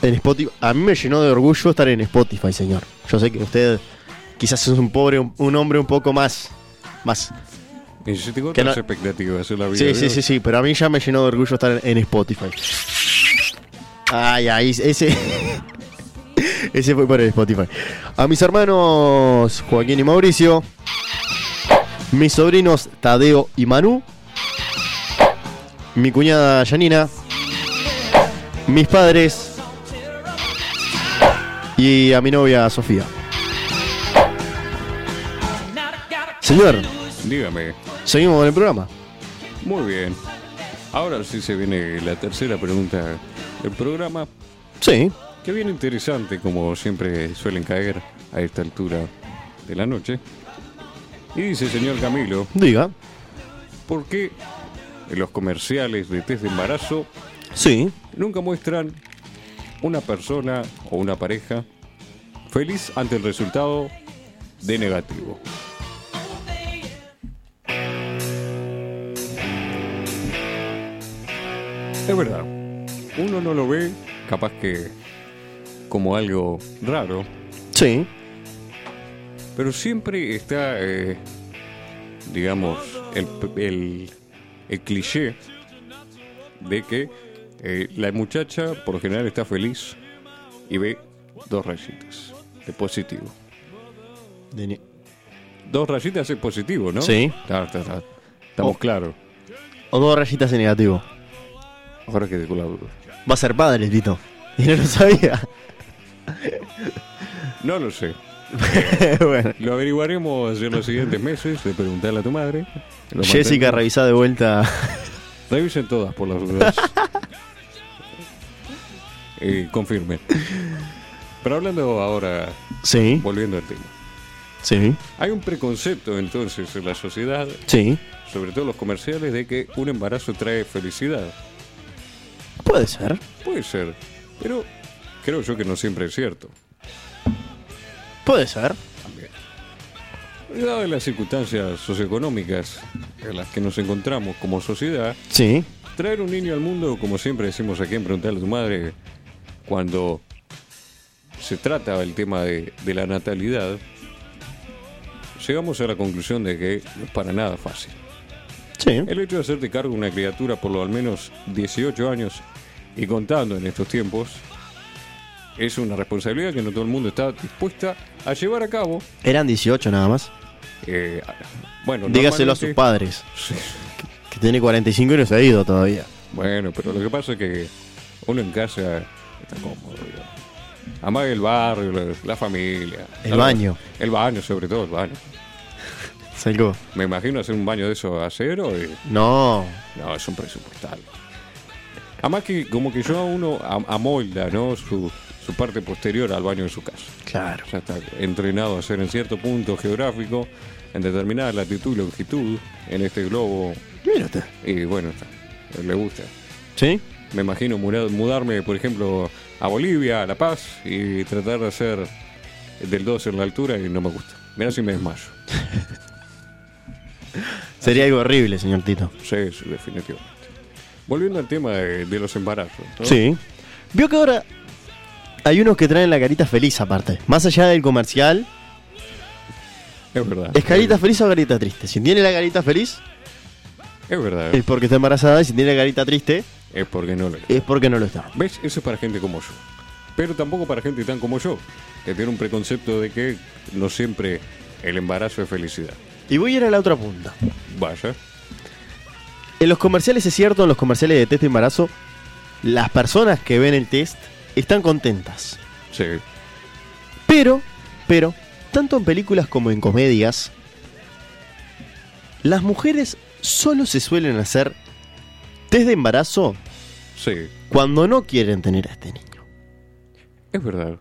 en Spotify. A mí me llenó de orgullo estar en Spotify, señor. Yo sé que usted quizás es un pobre, un, un hombre un poco más. Más. Y yo tengo Que otras no- expectativas en la vida. Sí, sí, ¿vio? sí, sí, pero a mí ya me llenó de orgullo estar en, en Spotify. Ay, ay, ese. ese fue por el Spotify. A mis hermanos Joaquín y Mauricio. Mis sobrinos Tadeo y Manu. Mi cuñada Janina. Mis padres. Y a mi novia Sofía. Señor, Dígame. seguimos con el programa. Muy bien. Ahora sí se viene la tercera pregunta del programa, Sí, que viene interesante, como siempre suelen caer a esta altura de la noche. Y dice, señor Camilo, diga. ¿por qué en los comerciales de test de embarazo Sí. nunca muestran una persona o una pareja feliz ante el resultado de negativo? Es verdad, uno no lo ve capaz que como algo raro, Sí, pero siempre está, eh, digamos, el, el- el cliché de que eh, la muchacha por lo general está feliz y ve dos rayitas de positivo. de ni- Dos rayitas es positivo, ¿no? Sí. Ta, ta, ta. Estamos Oh. claros. o dos rayitas en negativo. Ahora que tengo la duda. Va a ser padre, Tito. Y no lo sabía. No lo sé. bueno. Lo averiguaremos en los siguientes meses de preguntarle a tu madre. Lo Jessica, mantengo- revisa de vuelta. Revisen todas por las dudas. Eh, confirmen. Pero hablando ahora, sí, volviendo al tema. sí, Hay un preconcepto entonces en la sociedad, sí. sobre todo los comerciales, de que un embarazo trae felicidad. Puede ser. Puede ser, pero creo yo que no siempre es cierto. Puede ser. Dadas las circunstancias socioeconómicas en las que nos encontramos como sociedad, Sí. Traer un niño al mundo, como siempre decimos aquí en Preguntarle a tu madre, cuando se trata el tema de, de la natalidad, llegamos a la conclusión de que no es para nada fácil. Sí. El hecho de hacerte cargo de una criatura por lo al menos 18 años y contando en estos tiempos es una responsabilidad que no todo el mundo está dispuesta a llevar a cabo. Eran 18 nada más. Eh, bueno, Dígaselo a sus normalmente- padres. Sí. Que tiene 45 y no se ha ido todavía. Bueno, pero lo que pasa es que uno en casa está cómodo. digamos. Además el barrio, la, la familia. El La- baño. El baño, sobre todo el baño. Salgo. Me imagino hacer un baño de eso a cero y... No. No, es un presupuestal. Además que como que yo a uno am- amolda, ¿no? Su, su parte posterior al baño de su casa. Claro. Ya está entrenado a ser en cierto punto geográfico, en determinada latitud y longitud, en este globo. Mira usted. Y bueno, está. Le gusta. ¿Sí? Me imagino mura- mudarme, por ejemplo, a Bolivia, a La Paz, y tratar de hacer del 2 en la altura y no me gusta. Mirá si me desmayo. Sería algo horrible, señor Tito. Sí, sí, definitivamente. Volviendo al tema de, de los embarazos. ¿no? Sí. Vio que ahora hay unos que traen la carita feliz aparte. Más allá del comercial, Es verdad. ¿es carita feliz o carita triste? Si tiene la carita feliz, Es verdad. es porque está embarazada. Y si tiene la carita triste, Es porque no lo es porque no lo está. ¿Ves? Eso es para gente como yo. Pero tampoco para gente tan como yo, que tiene un preconcepto de que no siempre el embarazo es felicidad. Y voy a ir a la otra punta. Vaya. En los comerciales, es cierto, en los comerciales de test de embarazo, las personas que ven el test están contentas. Sí. Pero, pero, tanto en películas como en comedias, las mujeres solo se suelen hacer test de embarazo Sí. cuando no quieren tener a este niño. Es verdad.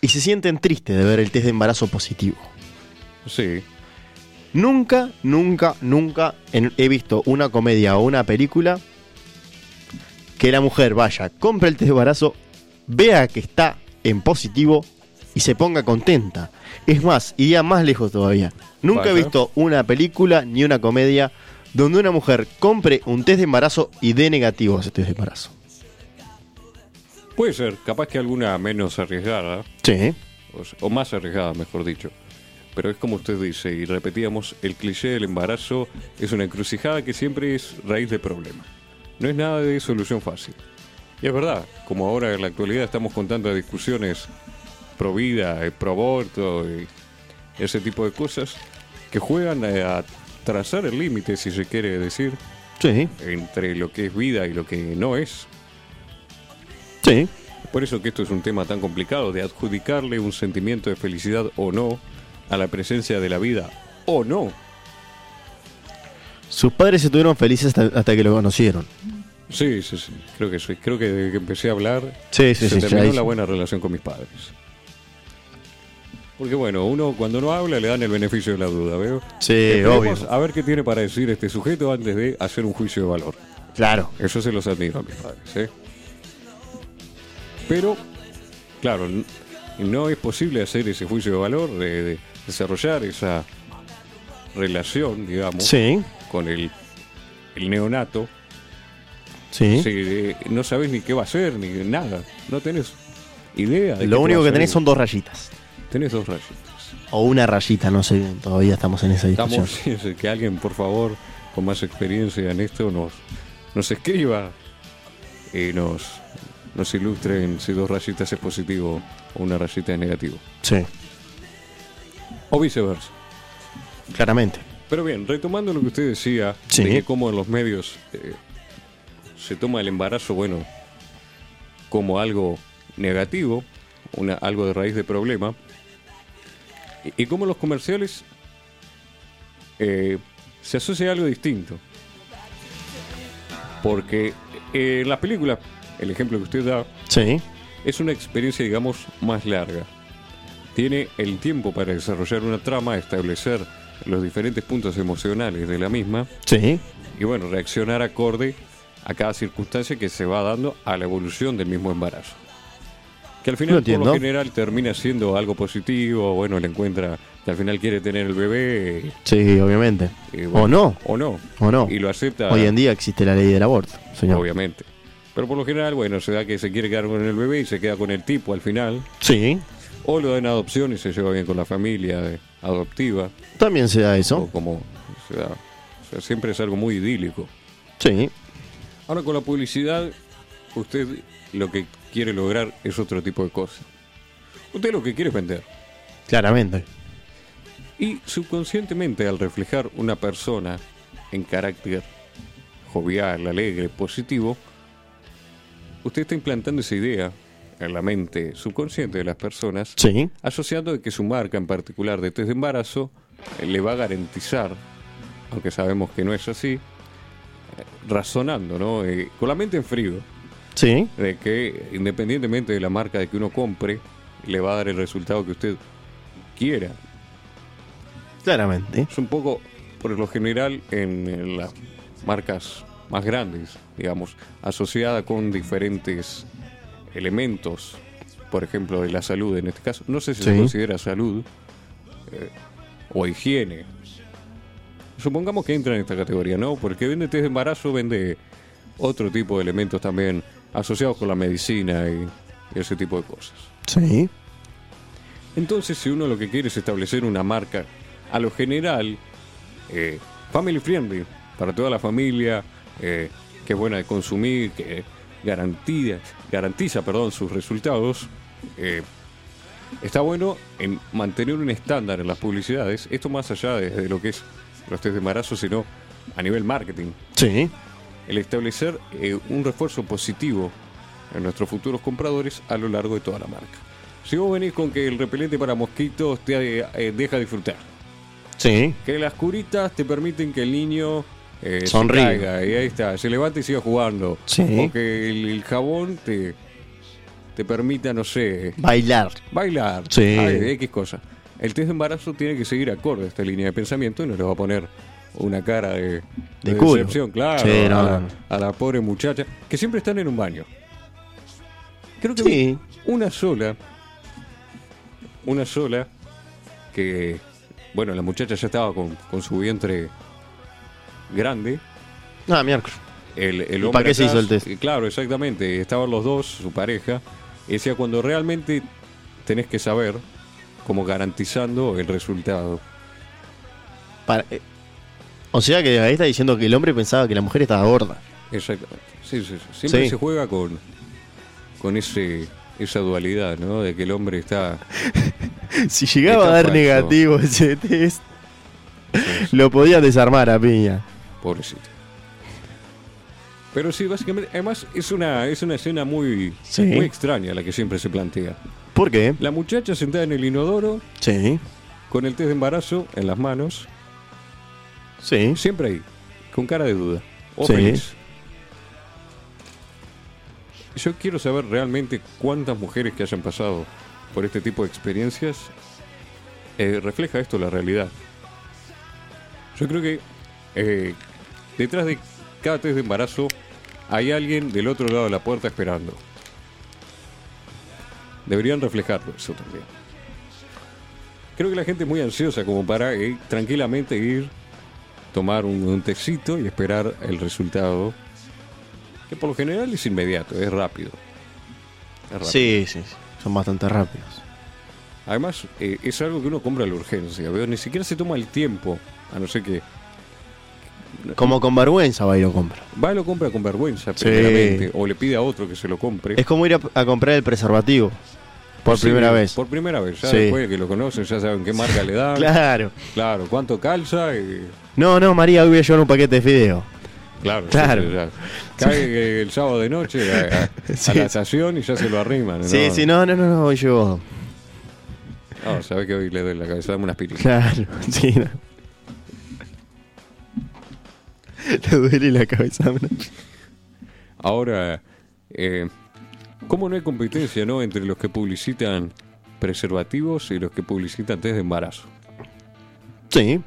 y se sienten tristes de ver el test de embarazo positivo. Sí. Nunca, nunca, nunca en- he visto una comedia o una película que la mujer vaya, compre el test de embarazo, vea que está en positivo y se ponga contenta. Es más, iría más lejos todavía. Nunca he Vaya. visto una película ni una comedia donde una mujer compre un test de embarazo y dé negativo a ese test de embarazo. Puede ser, capaz que alguna menos arriesgada, Sí. o, s- o más arriesgada, mejor dicho. Pero es como usted dice, y repetíamos, el cliché del embarazo es una encrucijada que siempre es raíz de problemas. No es nada de solución fácil. Y es verdad, como ahora en la actualidad estamos con tantas discusiones pro vida, eh, pro aborto y ese tipo de cosas, que juegan eh, a trazar el límite, si se quiere decir, Sí. entre lo que es vida y lo que no es. Sí. Por eso que esto es un tema tan complicado de adjudicarle un sentimiento de felicidad o no a la presencia de la vida o no. Sus padres estuvieron felices hasta, hasta que lo conocieron. Sí, sí, sí. Creo que sí. Creo que desde que empecé a hablar Sí, sí, se sí, ya terminó hizo. la buena relación con mis padres. Porque bueno, uno cuando no habla le dan el beneficio de la duda, ¿veo? Sí, Esperemos A ver qué tiene para decir este sujeto antes de hacer un juicio de valor. Claro. Eso se los admiro a mis padres, ¿eh? Pero, claro, n- no es posible hacer ese juicio de valor, de, de desarrollar esa relación, digamos, Sí. con el, el neonato. Sí. Si, eh, no sabes ni qué va a ser, ni nada. No tenés idea. de qué te Lo único va a que tenés salir. son dos rayitas. Tenés dos rayitas. O una rayita, no sé bien. Todavía estamos en esa discusión. Estamos, sí, que alguien, por favor, con más experiencia en esto, nos, nos escriba y nos, nos ilustre en si dos rayitas es positivo o una rayita es negativo. Sí, O viceversa. claramente. Pero bien, retomando lo que usted decía, Sí. de que cómo en los medios eh, se toma el embarazo, bueno, como algo negativo, una, algo de raíz de problema, y, y cómo los comerciales eh, se asocia a algo distinto. Porque eh, en las películas, el ejemplo que usted da, Sí, es una experiencia, digamos, más larga. Tiene el tiempo para desarrollar una trama, establecer los diferentes puntos emocionales de la misma sí, y, bueno, reaccionar acorde a cada circunstancia que se va dando a la evolución del mismo embarazo. Que al Lo final, por entiendo. lo general, termina siendo algo positivo, bueno, le encuentra que al final quiere tener el bebé. sí, obviamente. y o no, bueno, O no. o no. Y lo acepta. Hoy en día existe la ley del aborto, señor. Obviamente. Pero por lo general, bueno, se da que se quiere quedar con el bebé y se queda con el tipo al final. Sí, O lo dan adopción y se lleva bien con la familia eh, adoptiva. también se da O eso. como. O sea, o sea, siempre es algo muy idílico. Sí, Ahora con la publicidad, usted lo que quiere lograr es otro tipo de cosas. Usted lo que quiere es vender. claramente. Y subconscientemente, al reflejar una persona en carácter jovial, alegre, positivo, usted está implantando esa idea en la mente subconsciente de las personas Sí, asociando de que su marca en particular de test de embarazo eh, le va a garantizar, aunque sabemos que no es así, eh, razonando, ¿no? Eh, con la mente en frío, sí, de que independientemente de la marca de que uno compre, le va a dar el resultado que usted quiera. claramente. Es un poco, por lo general, en, eh, las marcas más grandes, digamos, asociada con diferentes elementos, por ejemplo, de la salud en este caso. No sé si se Sí. considera salud eh, o higiene. Supongamos que entra en esta categoría, ¿no? Porque vende test de embarazo, vende otro tipo de elementos también asociados con la medicina y ese tipo de cosas. Sí, Entonces, si uno lo que quiere es establecer una marca, a lo general, eh, family friendly, para toda la familia, eh, que es buena de consumir, que garantiza, garantiza perdón, sus resultados, eh, está bueno en mantener un estándar en las publicidades, esto más allá de, de lo que es los test de embarazo, sino a nivel marketing sí, el establecer eh, un refuerzo positivo en nuestros futuros compradores a lo largo de toda la marca. Si vos venís con que el repelente para mosquitos te eh, eh, deja disfrutar, sí, que las curitas te permiten que el niño eh, se Sonríe. caiga, y ahí está, se levante y siga jugando, Sí. o que el, el jabón te, te permita, no sé, Bailar. bailar, Sí. ay, X cosa. El test de embarazo tiene que seguir acorde a esta línea de pensamiento y no le va a poner una cara de, De culo. decepción, claro, Sí, no, a, la, no. a la pobre muchacha, que siempre están en un baño. Creo que Sí. vi una sola, una sola, que, bueno, la muchacha ya estaba con, con su vientre grande, Ah, miércoles. el, el ¿Y hombre para qué se atrás, hizo el test? eh, Claro, exactamente. Estaban los dos, su pareja. Y decía, cuando realmente tenés que saber, como garantizando el resultado. Para- eh, O sea que ahí está diciendo que el hombre pensaba que la mujer estaba gorda. Exactamente. Sí, sí, sí. Siempre Sí. se juega con, con ese, esa dualidad, ¿no? De que el hombre está... Si llegaba a dar Está falso. negativo ese test, lo podía desarmar a piña. Pobrecito. Pero sí, básicamente... Además, es una, es una escena muy, Sí. muy extraña la que siempre se plantea. ¿Por qué? La muchacha sentada en el inodoro, Sí, con el test de embarazo en las manos... sí. Siempre ahí, con cara de duda. O Sí. feliz. Yo quiero saber realmente cuántas mujeres que hayan pasado por este tipo de experiencias eh, refleja esto la realidad. Yo creo que eh, detrás de cada test de embarazo hay alguien del otro lado de la puerta esperando. Deberían reflejarlo eso también. Creo que la gente es muy ansiosa como para eh, tranquilamente ir tomar un, un tecito y esperar el resultado, que por lo general es inmediato, es rápido. Es rápido. Sí, sí. Son bastante rápidos. Además, eh, es algo que uno compra a la urgencia, ¿veo? ni siquiera se toma el tiempo, a no ser que Como con vergüenza va y lo compra. va y lo compra con vergüenza, Sí. primeramente, o le pide a otro que se lo compre. Es como ir a, a comprar el preservativo. Por Sí, primera vez. Por primera vez, ya Sí. después de que lo conocen, ya saben qué marca le dan. claro. Claro. cuánto calza. y- No, no, María, hoy voy a llevar un paquete de fideo. Claro, Claro. ya- ya- Cae el sábado de noche a, a- a Sí. la estación y ya se lo arriman. ¿no? Sí, sí, no, no, no, no, hoy llevo. No, sabés que hoy le doy la cabeza, dame una aspirina. Claro, sí. no. Le duele la cabeza. ¿no? Ahora, eh, ¿cómo no hay competencia ¿no? entre los que publicitan preservativos y los que publicitan test de embarazo? Sí,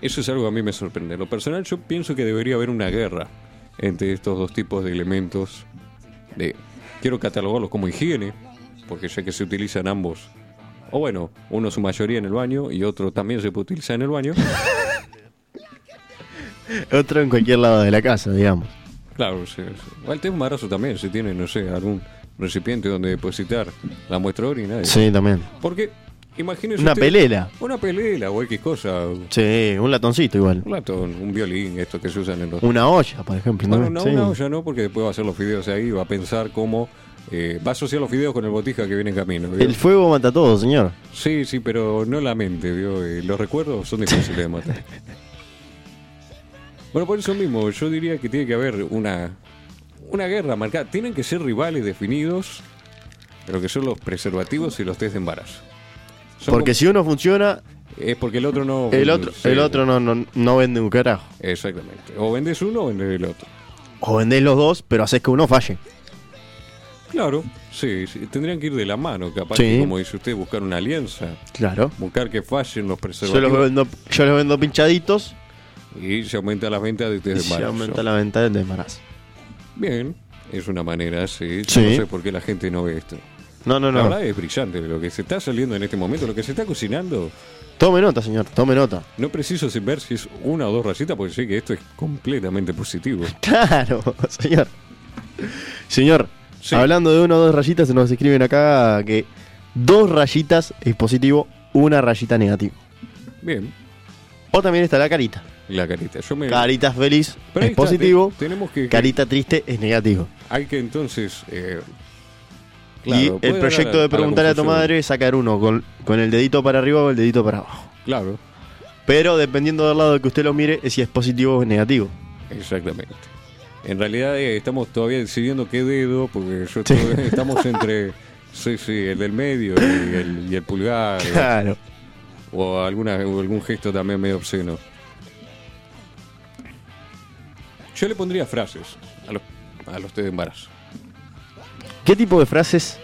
Eso es algo que a mí me sorprende. En lo personal, yo pienso que debería haber una guerra entre estos dos tipos de elementos. De, quiero catalogarlos como higiene, porque ya que se utilizan ambos, o bueno, uno su mayoría en el baño y otro también se puede utilizar en el baño. otro en cualquier lado de la casa, digamos. Claro, sí, sí. el test de embarazo también, si tiene, no sé, algún recipiente donde depositar la muestra de orina. y- Sí, también. Porque, imagínense. Una ustedes- pelela. Una pelela o X cosa. Un Sí, un latoncito igual. latón, un violín, esto que se usan en los. Una olla, por ejemplo. Bueno, ¿no? no, Sí. una olla no, porque después va a hacer los videos ahí y va a pensar cómo. eh, va a asociar los videos con el botija que viene en camino. ¿vio? El fuego mata todo, señor. Sí, sí, pero no la mente, ¿vio? Eh, los recuerdos son difíciles de matar. Bueno, por eso mismo, yo diría que tiene que haber una, una guerra marcada. Tienen que ser rivales definidos de lo que son los preservativos y los test de embarazo. Son Porque si uno funciona, como- Es porque el otro no... el otro, sí, el otro no, no, no vende un carajo. Exactamente. O vendes uno o vendes el otro. O vendés los dos, pero haces que uno falle. Claro, sí, sí, tendrían que ir de la mano, capaz, Sí. que, como dice usted, buscar una alianza, Claro. buscar que fallen los Yo los, preservativos vendo, yo los vendo pinchaditos y se aumenta las ventas de y test de se embarazo. aumenta la venta del embarazo. Bien, es una manera, sí. Yo Sí. no sé por qué la gente no ve esto. No, no, La no. verdad es brillante lo que se está saliendo en este momento, lo que se está cocinando. Tome nota, señor. Tome nota. No preciso sin ver si es una o dos rayitas, porque sé que esto es completamente positivo. Claro, señor. Señor, Sí. hablando de uno o dos rayitas, nos escriben acá que dos rayitas es positivo, una rayita negativo. Bien, O también está la carita. la carita. Yo me. Carita feliz Pero ahí es está, positivo, te- tenemos que. carita triste es negativo. Hay que entonces. eh, y claro, puede el dar proyecto a- de preguntarle a, tu confusión. madre es sacar uno con, con el dedito para arriba o el dedito para abajo. Claro, Pero dependiendo del lado que usted lo mire, es si es positivo o es negativo. exactamente. En realidad eh, estamos todavía decidiendo qué dedo, porque yo estoy- eh, estamos entre. Sí, sí, el del medio y el, y el pulgar. Claro. O, alguna, o algún gesto también medio obsceno. Yo le pondría frases a los, a los test de embarazo. ¿Qué tipo de frases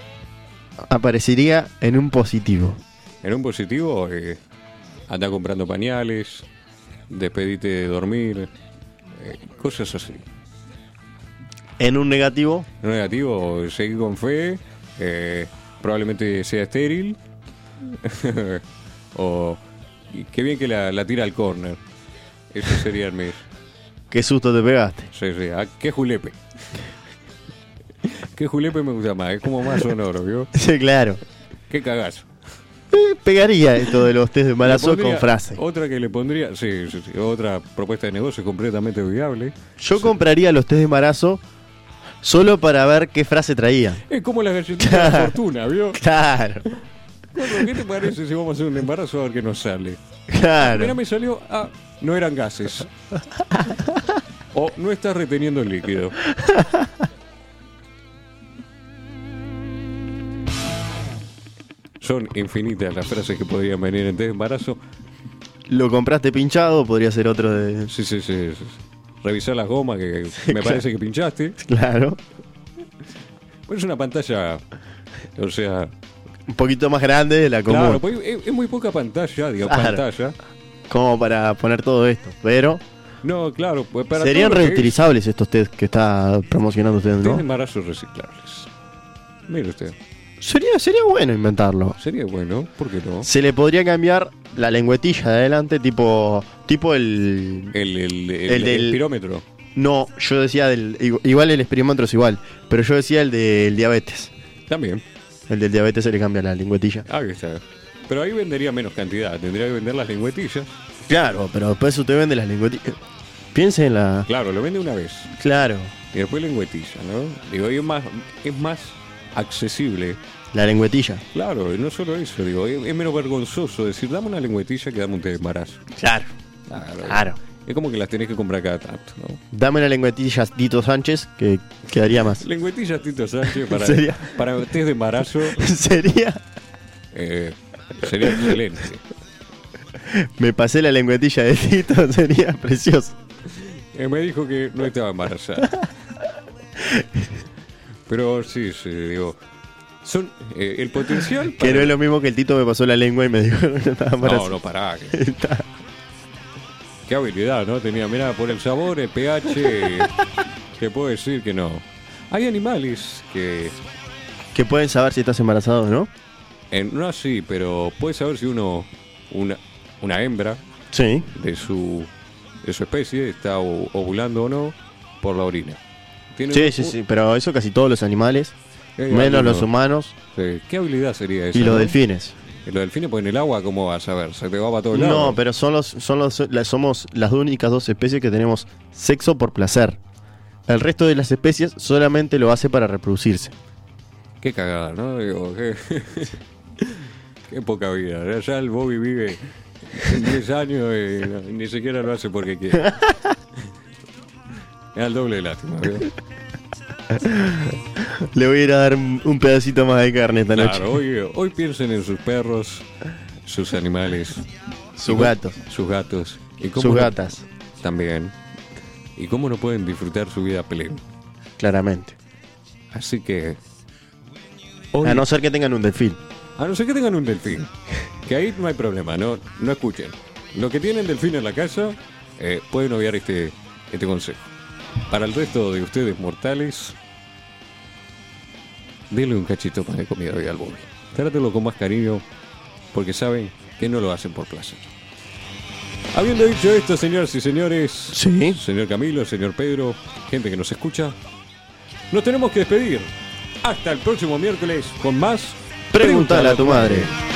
aparecería en un positivo? En un positivo, eh, anda comprando pañales, despedite de dormir, eh, cosas así. En un negativo, En negativo, seguir con fe, eh, probablemente sea estéril, o y qué bien que la, la tira al corner. Eso sería el mes. qué susto te pegaste. Sí, sí. Ah, qué julepe. qué julepe me gusta más, es como más sonoro, ¿vio? Sí, claro. Qué cagazo. Eh, pegaría esto de los test de Le Marazó pondría- con frase. Otra que le pondría, sí, sí, sí, otra propuesta de negocio completamente viable. Yo compraría los test de Marazzo solo para ver qué frase traía. Es como las galletitas de la fortuna, ¿vio? Claro, Gordo, ¿Qué te parece si vamos a hacer un embarazo a ver qué nos sale? Mira, claro. me salió, ah, no eran gases. O no estás reteniendo el líquido. Son infinitas las frases que podrían venir en test de embarazo. Lo compraste pinchado, podría ser otro de. Sí, sí, sí. sí, sí. Revisar las gomas que me parece que pinchaste. Claro. Pero es una pantalla. O sea. Un poquito más grande de la común. Claro, pues es, es muy poca pantalla, digo, Claro. pantalla. Como para poner todo esto. Pero No, claro, pues para. serían todo lo que es reutilizables estos test que está promocionando usted, test de ¿no? embarazos reciclables. Mire usted. Sería, sería bueno inventarlo. Sería bueno, ¿por qué no? Se le podría cambiar la lengüetilla de adelante, tipo. Tipo el. El, el, el, El del- espirómetro. No, yo decía del. igu- Igual el experimentro es igual. Pero yo decía el del diabetes. También. El del diabetes se le cambia la lengüetilla. Ahí está. Pero ahí vendería menos cantidad. Tendría que vender las lengüetillas. Claro, pero después usted vende las lengüetillas. Piense en la. Claro, lo vende una vez. Claro. Y después lengüetilla, ¿no? Digo, ahí es más, es más accesible. La lengüetilla. Claro, y no solo eso, digo, es, es menos vergonzoso decir, dame una lengüetilla que dame un té de embarazo. Claro. Claro. Claro. Es como que las tenés que comprar cada tanto, ¿no? Dame la lengüetilla Tito Sánchez, que quedaría más. Lengüetillas Tito Sánchez para, Sería- para test de embarazo Sería. eh, sería excelente. Me pasé la lengüetilla de Tito, sería precioso. Eh, me dijo que no estaba embarazada. Pero sí, sí, digo. Son eh, el potencial. Que para- no es lo mismo que el Tito me pasó la lengua y me dijo que no estaba No, embarazada. no, pará. que- Qué habilidad, ¿no? Tenía, mirá, por el sabor, el pH. Te puedo decir que no. Hay animales que. Que pueden saber si estás embarazado o no. eh, no así, pero puedes saber si uno. Una, una hembra Sí. de su, de su especie está o- ovulando o no por la orina. Tiene Sí, un- sí, un- sí. Pero eso casi todos los animales, eh, menos algunos- los humanos Sí, eh, ¿Qué habilidad sería eso? y los no? delfines. Y Los delfines, pues en el agua, ¿cómo vas a ver? Se te va para todos lados. No, pero son los, son los, las- somos las únicas dos especies que tenemos sexo por placer. El resto de las especies solamente lo hace para reproducirse. Qué cagada, ¿no? Digo, qué... qué poca vida. Ya- Ya el Bobby vive 10 años y no- y ni siquiera lo hace porque quiere. Es al doble de lástima, ¿vio? Le voy a ir a dar un un pedacito más de carne esta noche. Claro, hoy, hoy piensen en sus perros, sus animales, Sus gatos, sus gatos. Y cómo sus no- gatas, También. Y cómo no pueden disfrutar su vida plena. claramente. Así que... A no ser que tengan un delfín. A no ser que tengan un delfín. Que ahí no hay problema, no, no escuchen. Los que tienen delfín en la casa eh, pueden obviar este, este consejo. Para el resto de ustedes mortales, denle un cachito más de comida hoy al Bobby. Trátelo con más cariño porque saben que no lo hacen por placer. Habiendo dicho esto, señoras y señores, Sí. señor Camilo, señor Pedro, gente que nos escucha, nos tenemos que despedir. Hasta el próximo miércoles con más Pregúntale a tu madre.